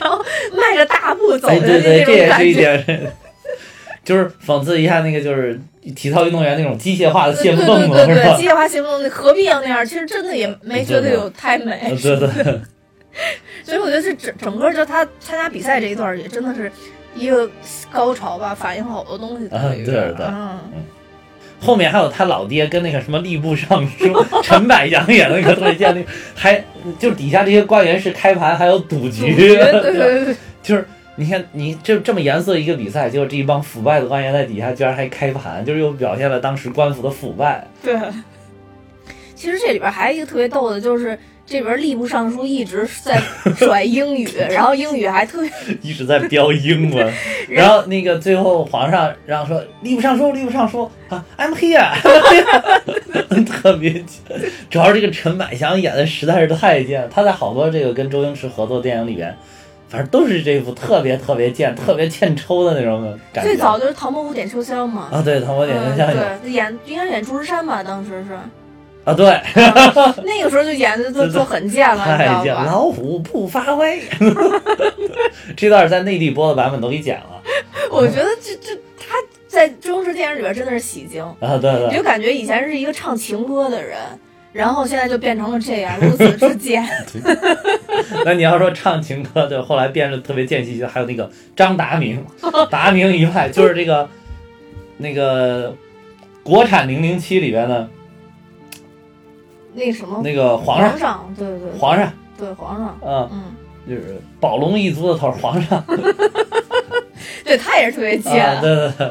B: 然后迈着大步走
C: 哎
B: 的
C: 对对，
B: 那
C: 这
B: 种
C: 也
B: 感
C: 是一
B: 觉。
C: 点， 就是讽刺一下那个就是体操运动员那种机械化的
B: 对
C: 谢幕
B: 对
C: 动
B: 对
C: 作
B: 对
C: 是
B: 对，
C: 吧
B: 机？械化行动何必要那样？其实真的也没觉得有太美
C: 呃，对对
B: 所以我觉得这整整个就他参加比赛这一段儿也真的是一个高潮吧，反映了好多东西。
C: 啊，对对对。
B: 嗯，
C: 后面还有他老爹跟那个什么吏部尚书 陈百祥演的那个对见那个，还就底下这些官员是开盘还有赌
B: 主
C: 局，
B: 角对对对对，
C: 就是你看，你这这么严肃的一个比赛，结果这一帮腐败的官员在底下居然还开盘，就是又表现了当时官府的腐败。
B: 对。其实这里边还有一个特别逗的，就是这边吏部尚书一直在甩英语，然后英语还特别
C: 一直在飙英文，然后那个最后皇上让说吏部尚书，吏部尚书啊，I'm here，特别主要是这个陈百祥演的实在是太贱了，他在好多这个跟周星驰合作电影里边，反正都是这副特别特别贱、特别欠抽的那种感觉。
B: 最早就是《唐伯虎点秋香》嘛，
C: 啊，对，唐伯虎点秋香有
B: 嗯，对，演应该演朱之山吧，当时 是
C: 啊，对，
B: 那个时候就演的都
C: 对对
B: 都很贱了，你知
C: 太
B: 道
C: 贱，
B: 吧？
C: 老虎不发威。 这段在内地播的版本都给剪了
B: 我觉得这这他在中式电影里边真的是戏精，
C: 啊！对
B: 你
C: 对
B: 就感觉以前是一个唱情歌的人，然后现在就变成了这样，如此之贱。
C: 对，那你要说唱情歌，对，后来变得特别贱兮兮的，还有那个张 达明，达明一派就是这个那个国产零零七里边的
B: 那个什么，
C: 那个皇上，
B: 上，对对对
C: 皇上，
B: 对皇上，
C: 嗯，
B: 嗯，
C: 就是宝龙一族的头儿，皇 上，
B: 对他也是特别贱。
C: 啊，对对对，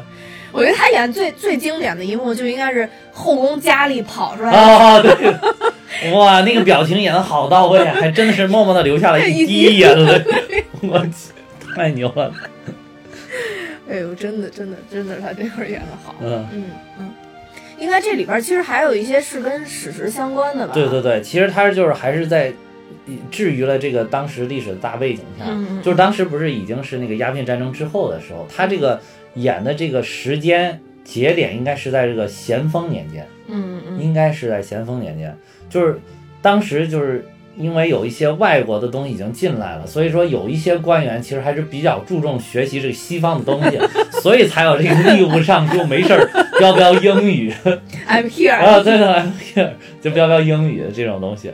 B: 我觉得他演最最经典的一幕就应该是后宫佳丽跑出来。
C: 啊对，哇，那个表情演的好到位，啊还真的是默默的流下了 一滴眼泪，我去，太牛了，
B: 哎呦，真的真的真的，他这块儿演的好。
C: 嗯。
B: 嗯嗯，应该这里边儿其实还有一些是跟史实相关的吧？
C: 对对对，其实他就是还是在以至于了这个当时历史的大背景下，
B: 嗯嗯
C: 就是当时不是已经是那个鸦片战争之后的时候，他这个演的这个时间节点应该是在这个咸丰年间，
B: 嗯嗯
C: 应该是在咸丰年间，就是当时就是。因为有一些外国的东西已经进来了，所以说有一些官员其实还是比较注重学习这个西方的东 西，所以才有这个吏部尚书没事儿标标英 语，
B: ，I'm here
C: 啊，对 的，就标标英语这种东西。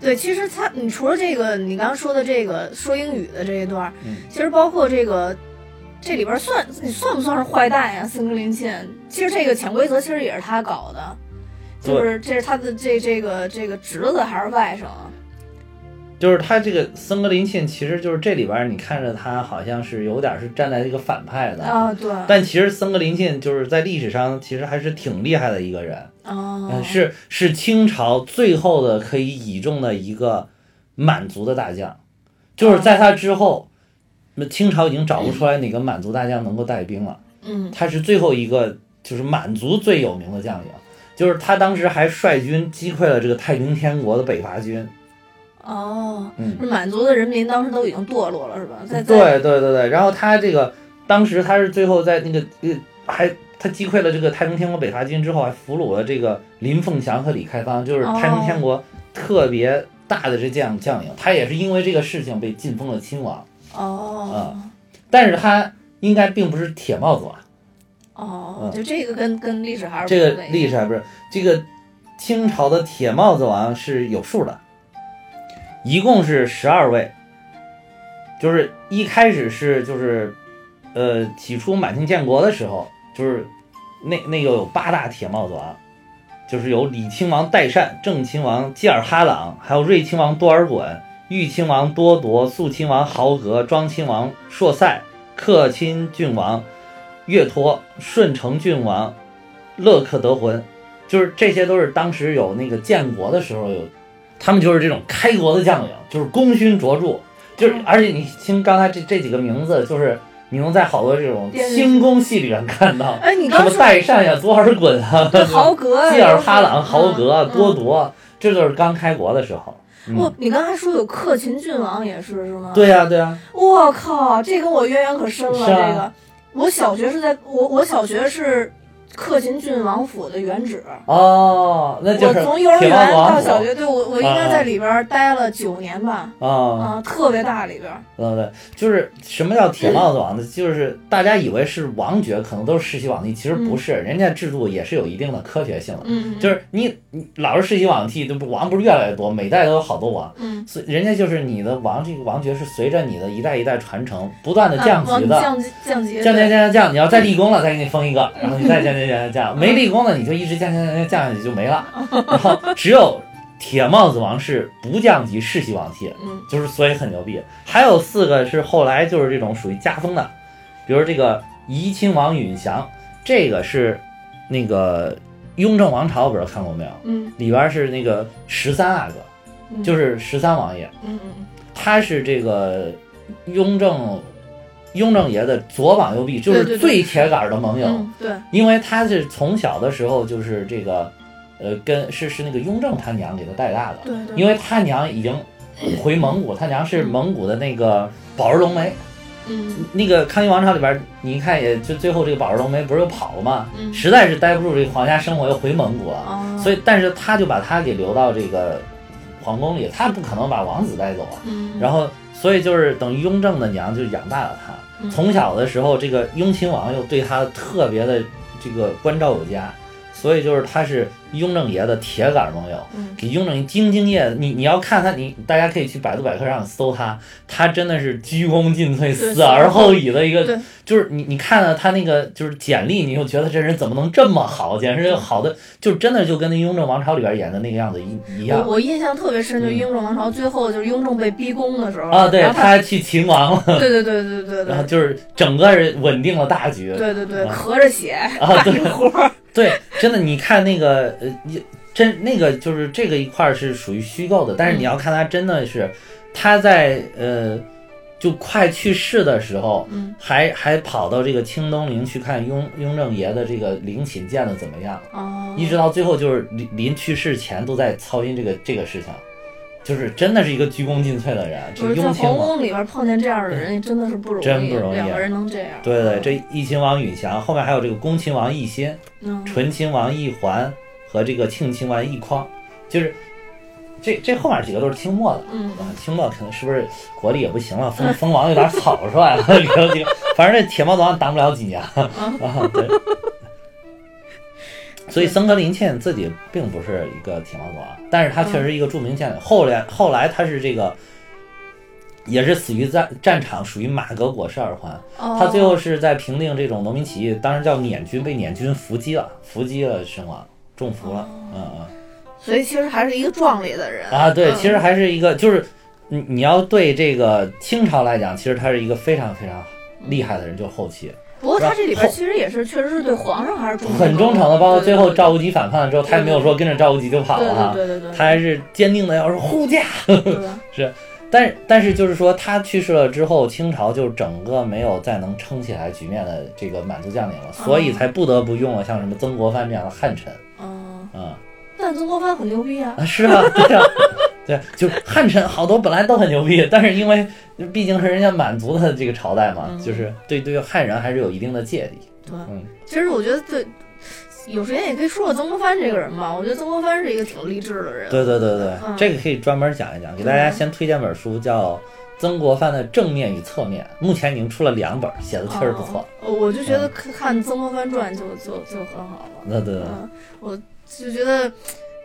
B: 对，其实他，你除了这个，你刚刚说的这个说英语的这一段儿，
C: 嗯
B: 其实包括这个这里边算你算不算是坏蛋呀？司空林沁，其实这个潜规则其实也是他搞的，就是这是他的这这个这个侄子还是外甥啊？
C: 就是他这个森格林沁，其实就是这里边儿你看着他好像是有点儿是站在一个反派的，
B: 啊，对，啊，
C: 但其实森格林沁就是在历史上其实还是挺厉害的一个人，
B: 哦
C: 嗯，是是清朝最后的可以倚重的一个满族的大将，就是在他之后，那清朝已经找不出来哪个满族大将能够带兵了，
B: 嗯
C: 他是最后一个就是满族最有名的将领，就是他当时还率军击溃了这个太平天国的北伐军，
B: 哦，
C: 嗯
B: 是满族的人民当时都已经堕落了是吧？在在
C: 对对对对，然后他这个当时他是最后在那个呃还他击溃了这个太平天国北伐军之后，还俘虏了这个林凤祥和李开芳，就是太平天国特别大的这将将领，他也是因为这个事情被晋封了亲王，
B: 哦
C: 啊但是他应该并不是铁帽子啊，
B: 哦，
C: 嗯
B: 就这个跟跟历史还是不
C: 这个
B: 太一样
C: 历史还不是这个清朝的铁帽子王是有数的，一共是十二位，就是一开始是就是，呃，起初满清建国的时候，就是那那个有八大铁帽子王，就是有李亲王代善、郑亲王济尔哈朗，还有瑞亲王多尔衮、裕亲王多铎、肃亲王豪格、庄亲王硕塞、克钦郡王岳托、顺承郡王勒克德浑，就是这些都是当时有那个建国的时候有，他们就是这种开国的将领，就是功勋卓著，就是
B: 嗯
C: 而且你听刚才这这几个名字，就是你能在好多这种
B: 电视
C: 清宫戏里面看到，
B: 哎，你
C: 什
B: 刚
C: 么
B: 说
C: 代善呀、多尔衮啊、
B: 对豪格啊
C: 济尔哈
B: 嗯
C: 朗、豪格啊、
B: 嗯
C: 多铎，这就是刚开国的时候。嗯
B: 不，你刚才说有克勤郡王也是是吗？
C: 对呀、对呀、
B: 我靠，这跟我渊源可深了。
C: 是啊
B: 这个，我小学是在我我小学是克勤郡王府的原址。
C: 哦，那就
B: 我
C: 是
B: 从幼儿
C: 铁
B: 园
C: 腕王
B: 到
C: 府
B: 小学，对我我应该
C: 啊
B: 在里边儿待了九年吧，
C: 啊，
B: 啊，特别大里边儿。
C: 对对，就是什么叫铁帽子王呢？就是大家以为是王爵，可能都是世袭罔替，其实不是，人家制度也是有一定的科学性的。
B: 嗯，
C: 就是是你你老是世袭罔替，这不王不是越来越多，每代都有好多王，
B: 嗯，
C: 所以人家就是你的王这个王爵是随着你的一代一代传承不断的呃降级的，
B: 啊降级降级
C: 降降
B: 对
C: 降降降，你要再立功了，再给你封一个，然后你再降降降降降，没立功的你就一直降降降降降下去就没了。然后只有铁帽子王是不降级世袭罔替，
B: 嗯
C: 就是所以很牛逼。还有四个是后来就是这种属于加封的，比如这个怡亲王允祥，这个是那个雍正王朝，不知道看过没有？
B: 嗯
C: 里边是那个十三阿哥，
B: 嗯，
C: 就是十三王爷，
B: 嗯嗯
C: 他是这个雍正雍正爷的左膀右臂，就
B: 对对对
C: 是最铁杆的盟友，
B: 嗯对，
C: 因为他是从小的时候就是这个，呃，跟是是那个雍正他娘给他带大的，
B: 对对，
C: 因
B: 为
C: 为他娘已经回蒙古，他娘是蒙古的那个宝儿龙梅。
B: 嗯
C: 那个康熙王朝里边，你一看也就最后这个宝儿龙梅不是又跑了吗？
B: 嗯
C: 实在是待不住这个皇家生活，又回蒙古了。
B: 啊，
C: 所
B: 以
C: 以，但是他就把他给留到这个皇宫里，他不可能把王子带走啊。
B: 嗯
C: 然后，所以就是等于雍正的娘就养大了他。
B: 嗯
C: 从小的时候，这个雍亲王又对他特别的这个关照有加，所以就是他是雍正爷的铁杆盟友。
B: 嗯
C: 给雍正兢兢业，你你要看他，你大家可以去百度百科上搜他，他真的是鞠躬尽瘁、
B: 对
C: 死而后已的一
B: 对
C: 个，就是你你看了他那个就是简历，你就觉得这人怎么能这么好，简直好的就真的就跟那雍正王朝里边演的那个样子一一
B: 我
C: 样
B: 我印象特别深，就是
C: 嗯
B: 雍正王朝最后就是雍正被逼宫的时候
C: 啊！对，
B: 然后
C: 他还去秦王了，
B: 对对对对对对
C: 然后就是整个人稳定了大局
B: 对对对，
C: 啊
B: 咳着血
C: 啊！对
B: 活儿，
C: 对，真的，你看那个呃，你真那个就是这个一块儿是属于虚构的，但
B: 嗯
C: 是你要看他真的是他在呃就快去世的时候，
B: 嗯
C: 还还跑到这个清东陵去看雍雍正爷的这个陵寝建的怎么样，
B: 哦，
C: 一直到最后就是临临去世前都在操心这个这个事情，就是真的是一个鞠躬尽瘁的人，
B: 就
C: 这
B: 是在
C: 雍亲
B: 皇
C: 王。
B: 宫里边碰见这样的人，真的是不容易，
C: 真不容易啊
B: 两个人能这样。
C: 对对，这义亲王允祥，后面还有这个恭亲王奕欣，
B: 嗯
C: 醇亲王奕环和这个庆亲王奕匡，就是这这后面几个都是清末的
B: 嗯
C: 啊，清末可能是不是国力也不行了，封封王有点草率了， 这个这个反正这铁帽子王当不了几年啊，对。所以森格林沁自己并不是一个铁帽子王，但是他确实一个著名将领。后来后来他是这个也是死于战战场，属于马革裹尸耳环。
B: 哦
C: 他最后是在平定这种农民起义，当时叫捻军，被捻军伏击了，伏击了身亡，中伏
B: 哦
C: 了。嗯嗯。
B: 所以其实还是一个壮烈的人
C: 啊，对，
B: 嗯
C: 其实还是一个，就是你你要对这个清朝来讲，其实他是一个非常非常厉害的人，就是后期
B: 不过他这里
C: 后
B: 边其实也是确实是对皇上还是忠诚的
C: 很忠诚的，包括最后
B: 对对
C: 赵无极反叛了之后，他也没有说跟着赵无极就跑了啊，
B: 对对对对对
C: 他还是坚定的要说护驾。
B: 对 对
C: 但是但是就是说，他去世了之后，清朝就整个没有再能撑起来局面的这个满族将领了，所以才不得不用了像什么曾国藩这样的汉臣，
B: 嗯，
C: 嗯
B: 但曾国藩很牛逼啊，
C: 啊，是啊，对啊，对，就是汉臣好多本来都很牛逼，但是因为毕竟是人家满族的这个朝代
B: 嗯
C: 嘛，就是对对汉人还是有一定的芥蒂。
B: 对，
C: 嗯
B: 其实我觉得对，有时间也可以说说曾国藩这个人吧，我觉得曾国藩是一个挺励志的人，
C: 对对对对，
B: 嗯
C: 这个可以专门讲一讲，给大家先推荐本书叫《曾国藩的正面与侧面》，目前已经出了两本，写的确实不错。
B: 哦我就觉得看看曾国藩传就就就很好了。
C: 那对对对
B: 嗯，我就觉得，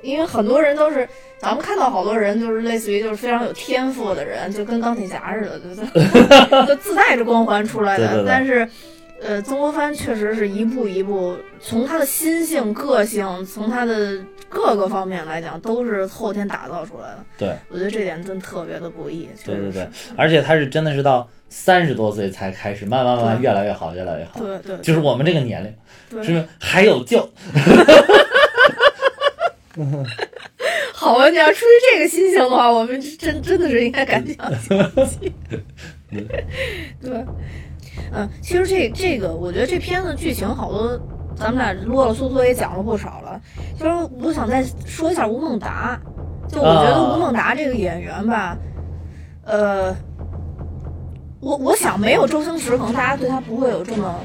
B: 因为很多人都是，咱们看到好多人就是类似于就是非常有天赋的人，就跟钢铁侠似的，就是 就自带着光环出来的。
C: 对对对
B: 但是，呃，曾国藩确实是一步一步，从他的心性、个性，从他的各个方面来讲，都是后天打造出来的。
C: 对，
B: 我觉得这点真特别的不易。确
C: 对对
B: 实
C: 对
B: 是，
C: 而且他是真的是到三十多岁才开始，慢慢慢慢
B: 对
C: 越来越好，越来越好。
B: 对对对，
C: 就是我们这个年龄，
B: 对
C: 是不是还 有救？
B: 好吧，你要出于这个心情的话，我们真真的是应该赶紧要相信对，嗯，其实这这个，我觉得这片子剧情好多，咱们俩啰啰嗦嗦也讲了不少了。就是我想再说一下吴孟达，就我觉得
C: 啊
B: 吴孟达这个演员吧，呃，我我想没有周星驰，可能大家对他不会有这么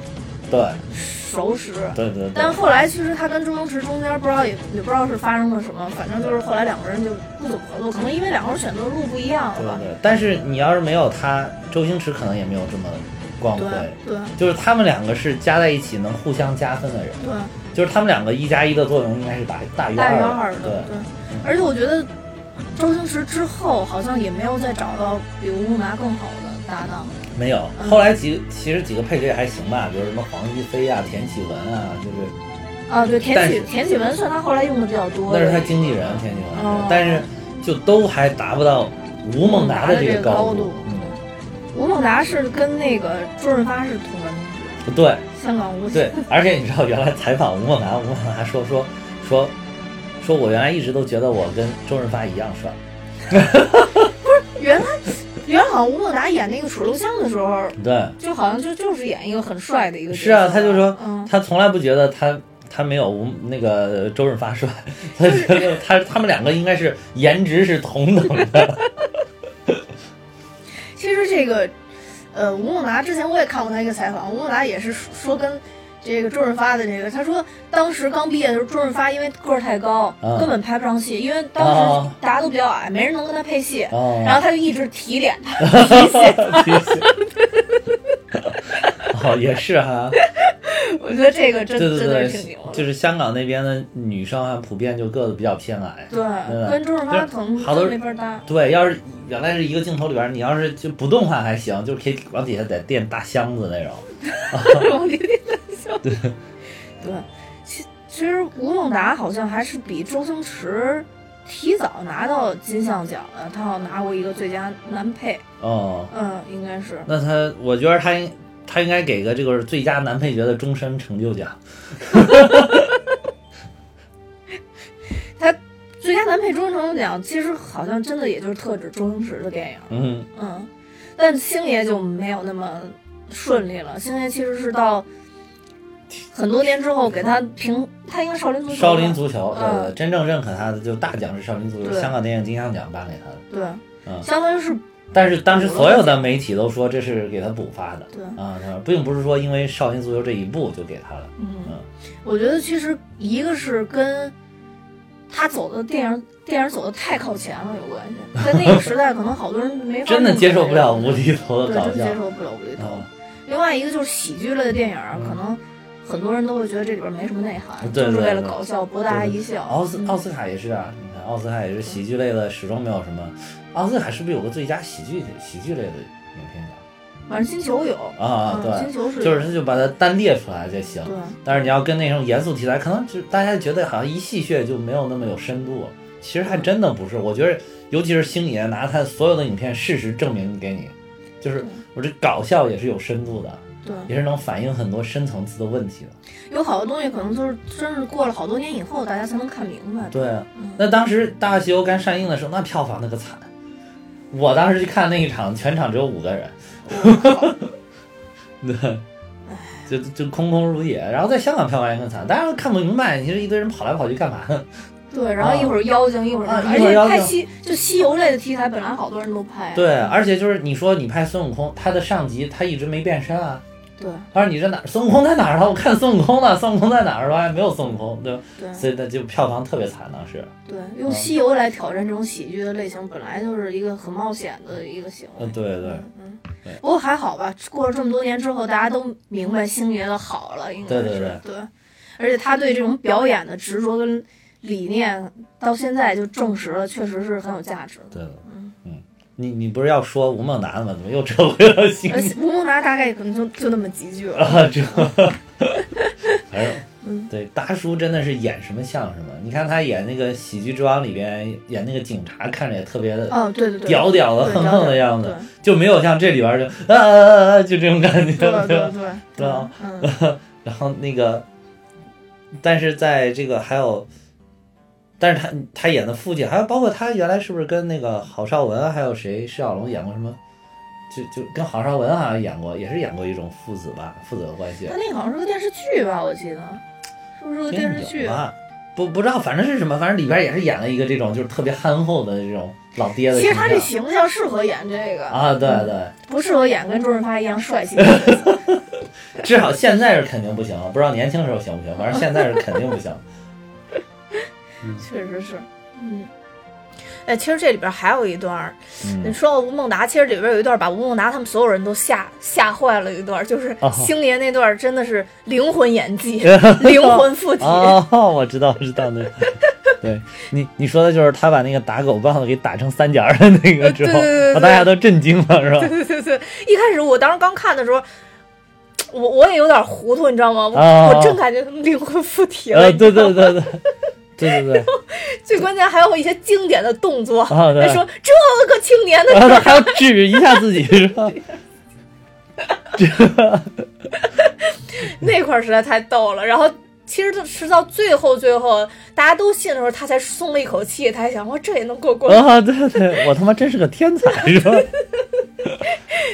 C: 对
B: 熟识。
C: 对对对
B: 但后来其实他跟周星驰中间不知道也也不知道是发生了什么，反正就是后来两个人就不怎么合作，可能因为两个人选择路不一样
C: 对
B: 了
C: 对
B: 吧。
C: 对。但是你要是没有他，周星驰可能也没有这么光辉。
B: 对
C: 就是他们两个是加在一起能互相加分的人，
B: 对，
C: 就是他们两个一加一的作用应该是大大于
B: 大于
C: 二
B: 二
C: 的。
B: 的嗯
C: 对，
B: 而且我觉得周星驰之后好像也没有再找到比吴孟达更好的搭档。
C: 没有。
B: 嗯
C: 后来几其实几个配角也还行吧，比如什么黄一飞啊、田启文啊，就是
B: 啊，对，田
C: 但
B: 启
C: 是
B: 田启文算他后来用的比较多
C: 那
B: 的。
C: 是他经纪人田启文，
B: 哦
C: 但是就都还达不到吴孟达的这
B: 吴孟
C: 个
B: 达的这个高度
C: 度。嗯
B: 吴孟达是跟那个周润发是同文剧，
C: 嗯，对
B: 香港无
C: 对，而且你知道原来采访吴孟达，吴孟达说说说说我原来一直都觉得我跟周润发一样帅，
B: 原来原来好像吴孟达演那个楚留香的时候，
C: 对，
B: 就好像就就是演一个很帅的一个角色。
C: 是啊，他就说、
B: 嗯，
C: 他从来不觉得他他没有吴那个周 润发帅，他觉得他他们两个应该是颜值是同等的。
B: 其实这个，呃，吴孟达之前我也看过他一个采访，吴孟达也是说说跟这个周润发的这个，他说当时刚毕业的时候，周润发因为个儿太高，
C: 嗯
B: 根本拍不上戏，因为当时
C: 哦
B: 大家都比较矮，没人能跟他配戏，
C: 哦
B: 然后他就一直提点他，提醒他
C: 哦，也是哈、
B: 我觉得这个真
C: 对对
B: 真的是挺
C: 对
B: 牛，的。
C: 就是香港那边的女生啊，普遍就个子比较偏矮。
B: 对
C: 对，
B: 跟周润发可能
C: 嗯就是好多
B: 没法搭。
C: 对，要是原来是一个镜头里边，你要是就不动换还行，就可以往底下得垫大箱子那种。
B: 我有点难笑。对，其其实吴孟达好像还是比周星驰提早拿到金像奖的，他好像拿过一个最佳男配，
C: 哦，
B: 嗯，应该是。
C: 那他，我觉得他应他应该给个这个最佳男配角的终身成就奖。
B: 最佳男配终身成就奖其实好像真的也就是特指周星驰的电影，
C: 嗯，
B: 嗯，但星爷就没有那么顺利了。星爷其实是到很多年之后给他评，他应该少林足球吧，
C: 少林足球，对对
B: 嗯
C: 对，真正认可他的就大奖是少林足球，
B: 对
C: 香港电影金像奖颁给他的。
B: 对，
C: 嗯
B: 相当于是
C: 但是当时所有的媒体都说这是给他补发的，
B: 对
C: 啊，他说并不是说因为少林足球这一部就给他了。
B: 嗯
C: 嗯，
B: 我觉得其实一个是跟他走的电影电影走的太靠前了有 关系，在那个时代可能好多人没法
C: 真的
B: 弄
C: 接受不了
B: 这
C: 无厘头
B: 个
C: 的
B: 对，
C: 搞
B: 真
C: 笑
B: 接。受不了无厘头
C: 嗯。
B: 另外一个就是喜剧类的电影，可能很多人都会觉得这里边没什么内涵，
C: 对
B: 就是
C: 对
B: 为了
C: 对
B: 搞笑博大家一笑。嗯
C: 奥斯奥斯卡也是啊，你看奥斯卡也是喜剧类的，始终没有什么。奥斯卡是不是有个最佳喜剧喜剧类的影片
B: 反正金球有
C: 奖啊？
B: 嗯金
C: 对，
B: 球是
C: 就是他就把它单列出来就行。
B: 对，
C: 但是你要跟那种严肃题材，可能就大家觉得好像一戏谑就没有那么有深度，其实还真的不是。我觉得，尤其是星爷拿他所有的影片事实证明给你，就是我这搞笑也是有深度的，
B: 对，
C: 也是能反映很多深层次的问题的。
B: 有好多东西可能就是真是过了好多年以后，大家才能看明白。
C: 对啊，那当时《大话西游》刚上映的时候，那票房那个惨，我当时去看那一场，全场只有五个人， 对，就就空空如也。然后在香港票房也更惨，大家都看不明白，你这一堆人跑来跑去干嘛呢？
B: 对，然后一会儿妖精，一会儿
C: 啊
B: 那个而
C: 嗯一会儿
B: 且
C: 妖精
B: 拍西就西游类的题材，本来好多人都拍。啊
C: 对，而且就是你说你拍孙悟空，他的上级他一直没变身啊。
B: 对
C: 他说你这哪儿？孙悟空在哪儿了？啊我看孙悟空呢，孙悟空在哪儿了？还没有孙悟空，对吧？
B: 对
C: 所以那就票房特别惨，当时。
B: 对，用西游来挑战这种喜剧的类型，本来就是一个很冒险的一个行为
C: 嗯，。对对
B: 不过还好吧，过了这么多年之后，大家都明白星爷的好了，应该是
C: 对对对
B: 而且他对这种表演的执着跟理念，到现在就证实了，确实是很有价值的。
C: 对的，嗯，你你不是要说吴孟达的吗？怎么又扯回到星
B: 而
C: 爷
B: 且吴孟达大概可能就就那么几句 了。
C: 啊？ 这，反
B: 嗯
C: 正对达叔真的是演什么像什么。你看他演那个《喜剧之王》里边演那个警察，看着也特别的
B: 哦，对对对，
C: 屌屌的、
B: 对
C: 横横的样
B: 对
C: 子，就没有像这里边就啊啊啊啊就这种感觉，
B: 对
C: 吧
B: 对对
C: 对啊
B: 嗯，
C: 然后那个，但是在这个还有，但是他他演的父亲，还有包括他原来是不是跟那个郝邵文啊还有谁释小龙演过什么？就就跟郝邵文好像演过，也是演过一种父子吧，父子的关系
B: 他。那个好像是个电视剧吧，我记得，是不是个电视剧？
C: 啊，不不知道，反正是什么，反正里边也是演了一个这种就是特别憨厚的这种老爹的
B: 其
C: 形
B: 实
C: 象。
B: 他这形象适合演这个，
C: 啊，对对，
B: 不适合演跟周润发一样帅气的角 色。
C: 至少现在是肯定不行了，不知道年轻时候行不行，反正现在是肯定不行。
B: 确实是，嗯。哎，其实这里边还有一段儿，
C: 嗯
B: 你说到吴孟达，其实里边有一段把吴孟达他们所有人都吓吓坏了，一段就是
C: 哦
B: 星爷那段真的是灵魂演 技，灵魂附体。
C: 哦，我知道，知道 那个。对你，你说的就是他把那个打狗棒子给打成三角儿的那个之
B: 对对啊
C: 后，
B: 对对
C: 把大家都震惊了，是吧？
B: 对对对，一开始我当时刚看的时候，我我也有点糊涂，你知道吗？我、
C: 啊
B: 我真感觉他们灵魂附体了。
C: 呃，
B: 你知
C: 对
B: 道吗
C: 对对对，对对 对，
B: 最关键还有一些经典的动作，他、
C: 啊对
B: 哎说这个青年的
C: 然后他还要指一下自己，是吧？
B: 那块儿实在太逗了。然后其实是到最后最后大家都信的时候，他才松了一口气，他还想哇这也能过关。
C: 啊，对对，我他妈真是个天才， 是吧？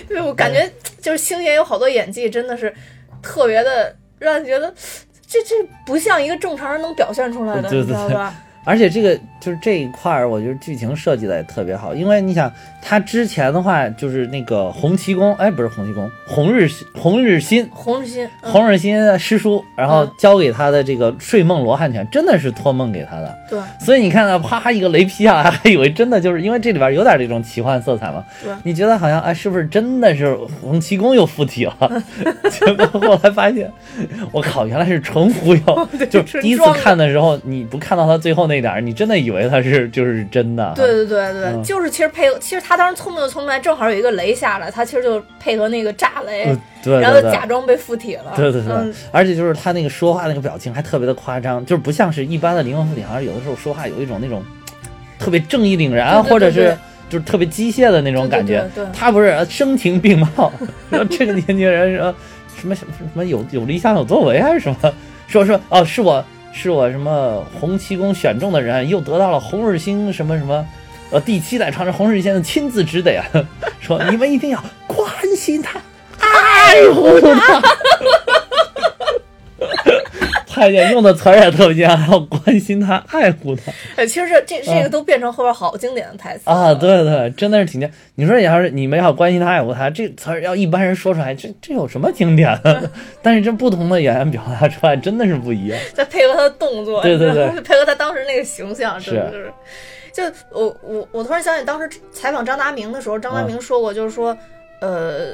B: 对我感觉就是星爷有好多演技真的是特别的让人觉得。这这不像一个正常人能表现出来的，
C: 对对
B: 你知道
C: 对
B: 吧？
C: 而且这个就是这一块儿，我觉得剧情设计的也特别好，因为你想，他之前的话就是那个洪七公，哎，不是洪七公，洪日洪日新，
B: 洪志新，嗯、
C: 洪日新的师叔，然后
B: 嗯
C: 交给他的这个睡梦罗汉拳，真的是托梦给他的。
B: 对，
C: 所以你看到啪一个雷劈啊，还以为真的就是因为这里边有点这种奇幻色彩嘛
B: 对。
C: 你觉得好像哎，是不是真的是洪七公又附体了？ 结果后来发现，我靠，原来是纯忽 悠。就是第一次看的时候，你不看到他最后那点儿，你真的以为他是就是真的。啊
B: 对对对对，
C: 嗯
B: 就是其实配合，其实他当时聪明就聪明在，正好有一个雷下来，他其实就配合那个炸雷，
C: 呃，对
B: 然后
C: 对
B: 就
C: 对
B: 假。装被附体了。
C: 对对对，
B: 嗯，
C: 而且就是他那个说话那个表情还特别的夸张，就是不像是一般的灵魂附体，好像有的时候说话有一种那种特别正义凛然，
B: 对对对
C: 或者是就是特别机械的那种感觉。
B: 对对对对
C: 他不是呃声情并茂， 说这个年轻人说什么什么什么有有理想有作为还是什么，说说哦是我是我什么洪七公选中的人，又得到了洪日星什么什么。呃，第七代传人洪日先生亲自指点， 说你们一定要关心他，爱护他。 太监用的词儿也特别像，然后关心他、爱护他
B: 哎其实这这这个都变成后边好经典的台词
C: 嗯 啊，，对对，真的是挺经。你说要是你们要关心他、爱护他，这词儿要一般人说出来，这这有什么经典的？ 但是这不同的演员表达出来，真的是不一样。
B: 再配合他的动作，
C: 对对对
B: 你知道吗 配合他当时那个形象，
C: 是
B: 真的是。就
C: 嗯
B: 我我我突然想起当时采访张达明的时候，张达明说过，就是说，呃，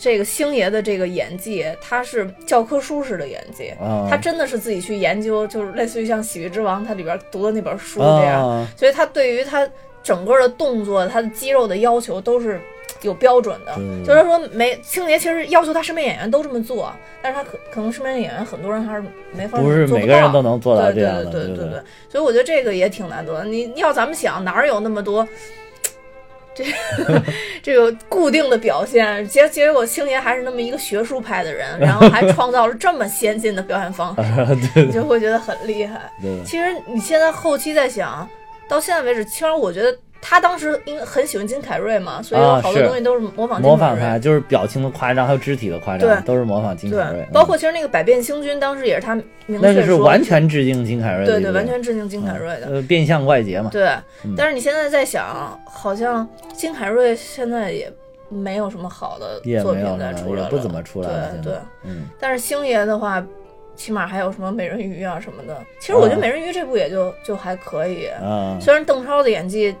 B: 这个星爷的这个演技，他是教科书式的演技，
C: 啊，
B: 他真的是自己去研究，就是类似于像《喜剧之王》它里边读的那本书这样，
C: 啊
B: 所以他对于他整个的动作、他的肌肉的要求都是有标准的。
C: 对
B: 就是说没，星爷其实要求他身边演员都这么做，但是他可可能身边的演员很多人还是没法
C: 不是
B: 做
C: 每个人
B: 到
C: 都能做到
B: 对
C: 这样的，
B: 对对
C: 对
B: 对对，所以我觉得这个也挺难得的。你你要咱们想，哪儿有那么多这 这个固定的表现？结结果星爷还是那么一个学术派的人，然后还创造了这么先进的表现方 式，
C: 对
B: 你就会觉得很厉害。
C: 对
B: 其实你现在后期在想，到现在为止，其实我觉得他当时应该很喜欢金凯瑞嘛，所以有
C: 啊
B: 好多
C: 是
B: 东西都是模仿金凯瑞。
C: 模仿他就是表情的夸张，还有肢体的夸张，
B: 对
C: 都是模仿金凯瑞
B: 对，，
C: 嗯
B: 包括其实那个百变星君当时也是他明
C: 那
B: 确
C: 就是
B: 说
C: 完全致敬金凯瑞的
B: 对
C: 一
B: 对
C: 个，
B: 完全致敬金凯瑞的。
C: 呃变相怪杰嘛，
B: 对，
C: 嗯
B: 但是你现在在想，好像金凯瑞现在也没有什么好的
C: 也
B: 作
C: 没
B: 品
C: 有
B: 再
C: 什
B: 出
C: 么，
B: 来
C: 也
B: 了，
C: 不怎么出来了，现
B: 对
C: 在
B: 对，
C: 嗯，
B: 但是星爷的话，起码还有什么美人鱼啊什么的。其实我觉得
C: 啊
B: 美人鱼这部也就、就还可以，
C: 啊，
B: 虽然邓超的演技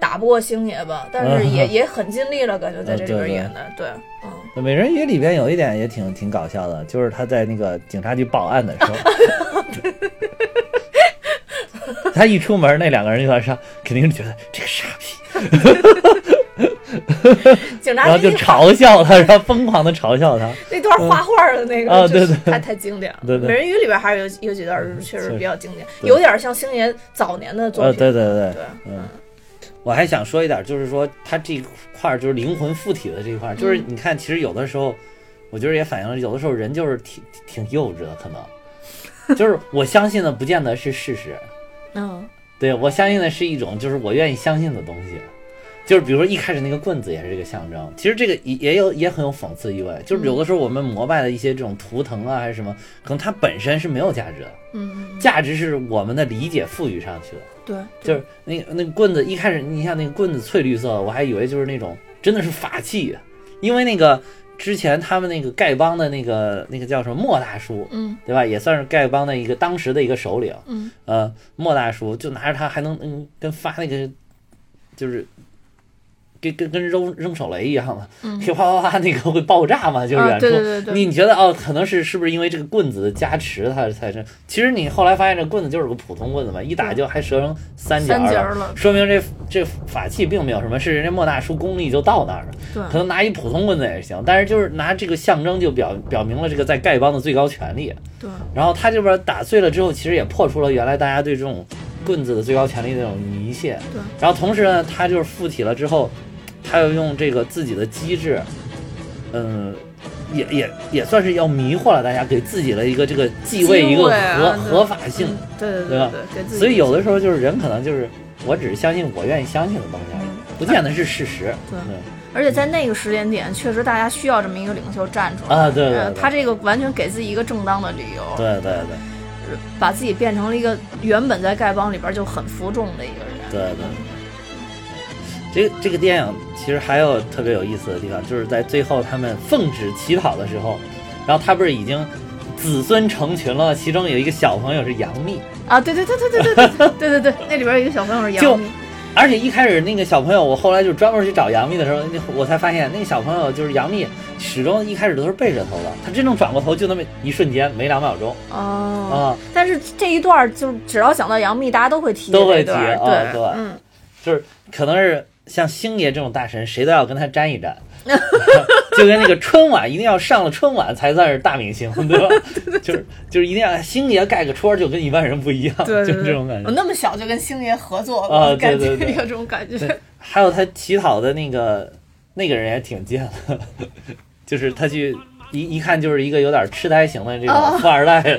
B: 打不过星爷吧，但是也、
C: 嗯
B: 也很尽力了，感觉在
C: 嗯
B: 这里
C: 对
B: 边
C: 对
B: 演的，对，嗯。
C: 美人鱼里边有一点也挺挺搞笑的，就是他在那个警察局报案的时候，他一出门，那两个人就在上，肯定是觉得这个傻逼，
B: 警
C: 然
B: 察
C: 后
B: 局
C: 就嘲笑他，然后疯狂的嘲笑他。
B: 那段画画的那个，
C: 嗯啊
B: 真是
C: 对对
B: 太太经典了。
C: 对对
B: 美人鱼里边还是有有几段儿确实
C: 确实
B: 比较经典，
C: 对
B: 有点像星爷早年的作
C: 呃，
B: 品。
C: 对对对，
B: 对，
C: 嗯，我还想说一点，就是说他这一块儿就是灵魂附体的这一块儿，就是你看，其实有的时候，我觉得也反映了，有的时候人就是挺挺幼稚的，可能就是我相信的不见得是事实，
B: 嗯，
C: 对我相信的是一种就是我愿意相信的东西，就是比如说一开始那个棍子也是一个象征，其实这个也也有也很有讽刺意味，就是有的时候我们膜拜的一些这种图腾啊还是什么，可能它本身是没有价值的，
B: 嗯，
C: 价值是我们的理解赋予上去的。
B: 对，
C: 就
B: 对
C: 是那个那个棍子，一开始你像那个棍子翠绿色，我还以为就是那种真的是法器，因为那个之前他们那个丐帮的那个那个叫什么莫大叔，
B: 嗯
C: 对吧？也算是丐帮的一个当时的一个首领，
B: 嗯，
C: 呃，莫大叔就拿着它还能嗯跟发那个就是。跟跟跟扔扔手雷一样嘛，
B: 嗯
C: 就哗哗哗那个会爆炸嘛，就是
B: 啊
C: 远处、
B: 对对对对
C: 你你觉得哦，可能是是不是因为这个棍子的加持它才是？其实你后来发现这棍子就是个普通棍子嘛，一打就还折成三角
B: 三节
C: 了，
B: 儿了，
C: 说明这这法器并没有什么，是人家莫大叔功力就到那儿了。
B: 对
C: 可能拿一普通棍子也行，但是就是拿这个象征就表表明了这个在丐帮的最高权力。
B: 对，
C: 然后他这边打碎了之后，其实也破除了原来大家对这种棍子的最高权力的那种迷信。
B: 对。
C: 然后同时呢，他就是附体了之后，他又用这个自己的机制，嗯。也也也算是要迷惑了大家，给自己的一个这个继位一
B: 机
C: 个合、
B: 会啊对
C: 合法性，
B: 嗯对对
C: 对吧
B: 对，给自己
C: 所以有的时候就是人可能就是，我只是相信我愿意相信的东西而已，不见得是事实。
B: 嗯
C: 嗯
B: 对
C: 对
B: 而且在那个时间点，确实大家需要这么一个领袖站出来。
C: 啊，对对
B: 呃
C: 对，
B: 他这个完全给自己一个正当的理由，
C: 对对对
B: 把自己变成了一个原本在丐帮里边就很服众的一个人。
C: 对对。这个这个电影其实还有特别有意思的地方，就是在最后他们奉旨乞讨的时候，然后他不是已经子孙成群了，其中有一个小朋友是杨幂，
B: 啊，对对对对对对对对对对，那里边有一个小朋友是杨
C: 就
B: 幂，
C: 而且一开始那个小朋友，我后来就专门去找杨幂的时候，那我才发现那个小朋友就是杨幂，始终一开始都是背着头的，她真正转过头就那么一瞬间，没两秒钟
B: 哦，
C: 啊。
B: 但是这一段儿就只要想到杨幂，大家都会提
C: 都会
B: 这段儿
C: 提啊
B: 对，
C: 对
B: 嗯，
C: 就是可能是像星爷这种大神，谁都要跟他沾 一沾，就跟那个春晚一定要上了春晚才算是大明星，对吧？就是就是一定要星爷盖个戳，就跟一般人不一样，
B: 对对嗯
C: 就是
B: 对，
C: 这种感
B: 我
C: 觉。
B: 那么小就跟星爷合作
C: 啊
B: 了，
C: 对
B: 感觉
C: 对对
B: 有这种感觉，
C: 对还有他乞讨的那个那个人也挺贱的， 就是他去一一看就是一个有点痴呆型的这
B: 哦
C: 种富二代。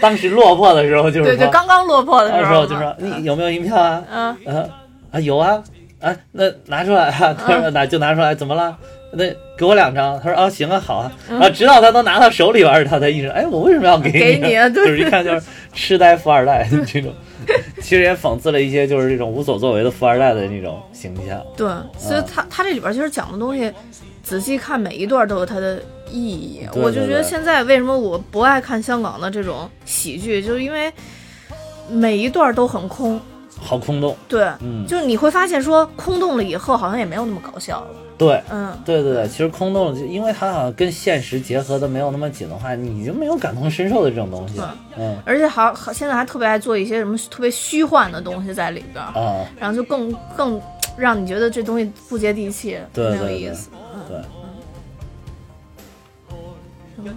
C: 当时落魄的时候就是
B: 对
C: 说
B: 对，，刚刚落魄的
C: 那时
B: 候嘛，
C: 候就说你有没有银票啊？
B: 嗯，
C: 啊啊有啊啊，那拿出来啊，他说拿就拿出来，怎么了？那给我两张，他说啊行啊好啊，啊直到他都拿到手里边儿，他才意识到，哎我为什么要给
B: 嗯给
C: 你
B: 你
C: 啊？
B: 啊
C: 就
B: 对
C: 是一看就是痴呆富二代这种， 其实也讽刺了一些就是这种无所作为的富二代的那种形象。
B: 对，所
C: 嗯
B: 以他他这里边其实讲的东西，仔细看每一段都有它的意义。
C: 对
B: 我就
C: 对
B: 觉得
C: 对
B: 现在为什么我不爱看香港的这种喜剧，就是因为每一段都很空。
C: 好空洞，
B: 对，
C: 嗯
B: 就是你会发现说空洞了以后好像也没有那么搞笑了。
C: 对，
B: 嗯，
C: 对对对，其实空洞就因为它好像跟现实结合的没有那么紧的话，你就没有感同身受的这种东西。嗯
B: 而且好好现在还特别爱做一些什么特别虚幻的东西在里边儿，
C: 啊，
B: 然后就更更让你觉得这东西不接地气，
C: 对
B: 没有
C: 对
B: 意
C: 对
B: 思。
C: 对，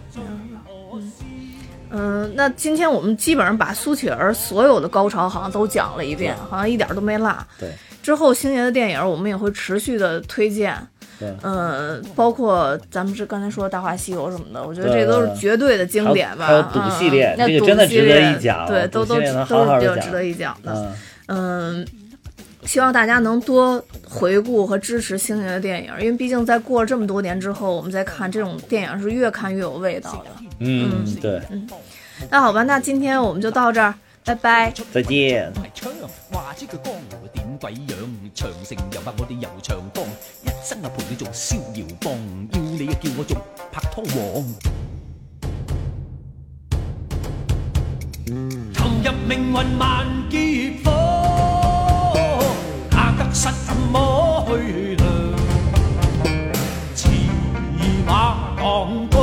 B: 嗯，那今天我们基本上把苏乞儿所有的高潮好像都讲了一遍，好像一点儿都没落。
C: 对，
B: 之后星爷的电影我们也会持续的推荐，
C: 对
B: 嗯，包括咱们是刚才说《大话西游》什么的，我觉得
C: 对
B: 这都是绝对的经典吧。
C: 还有还有赌系列
B: 嗯那
C: 这个
B: 赌
C: 真的
B: 系
C: 值得
B: 列
C: 一讲
B: 对，都
C: 赌系
B: 都
C: 列能
B: 都
C: 好好
B: 是
C: 地
B: 比较
C: 讲
B: 值得一讲的。
C: 嗯，
B: 嗯，希望大家能多回顾和支持星爷的电影，因为毕竟在过了这么多年之后，我们再看这种电影是越看越有味道的。
C: 嗯，对，
B: 那好吧，那今天我们就到这儿，拜拜。
C: 再见。
D: 系槍，話知佢江湖點鬼樣，長城又拍我哋遊長江，一生啊陪你做逍遙幫，要你啊叫我做拍拖王。
A: 投入命運萬劫火，哪得失怎麼去量？似馬當江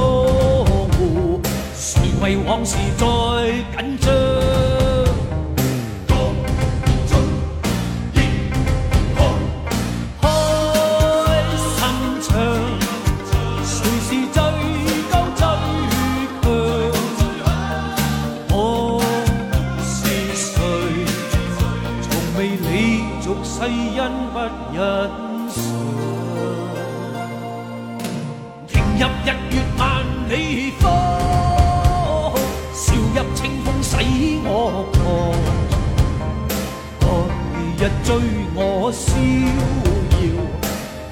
A: 湖，誰為往事再緊張？江中英雄開心唱。誰是最高最強？我是誰？從未理俗世因不忍常。迎入日月萬里風，笑入清風洗我狂。來日追我逍遙，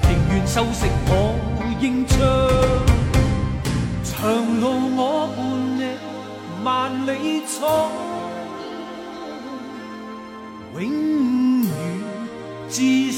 A: 庭願修飾我英章。長路我伴你萬里闖，永遠知。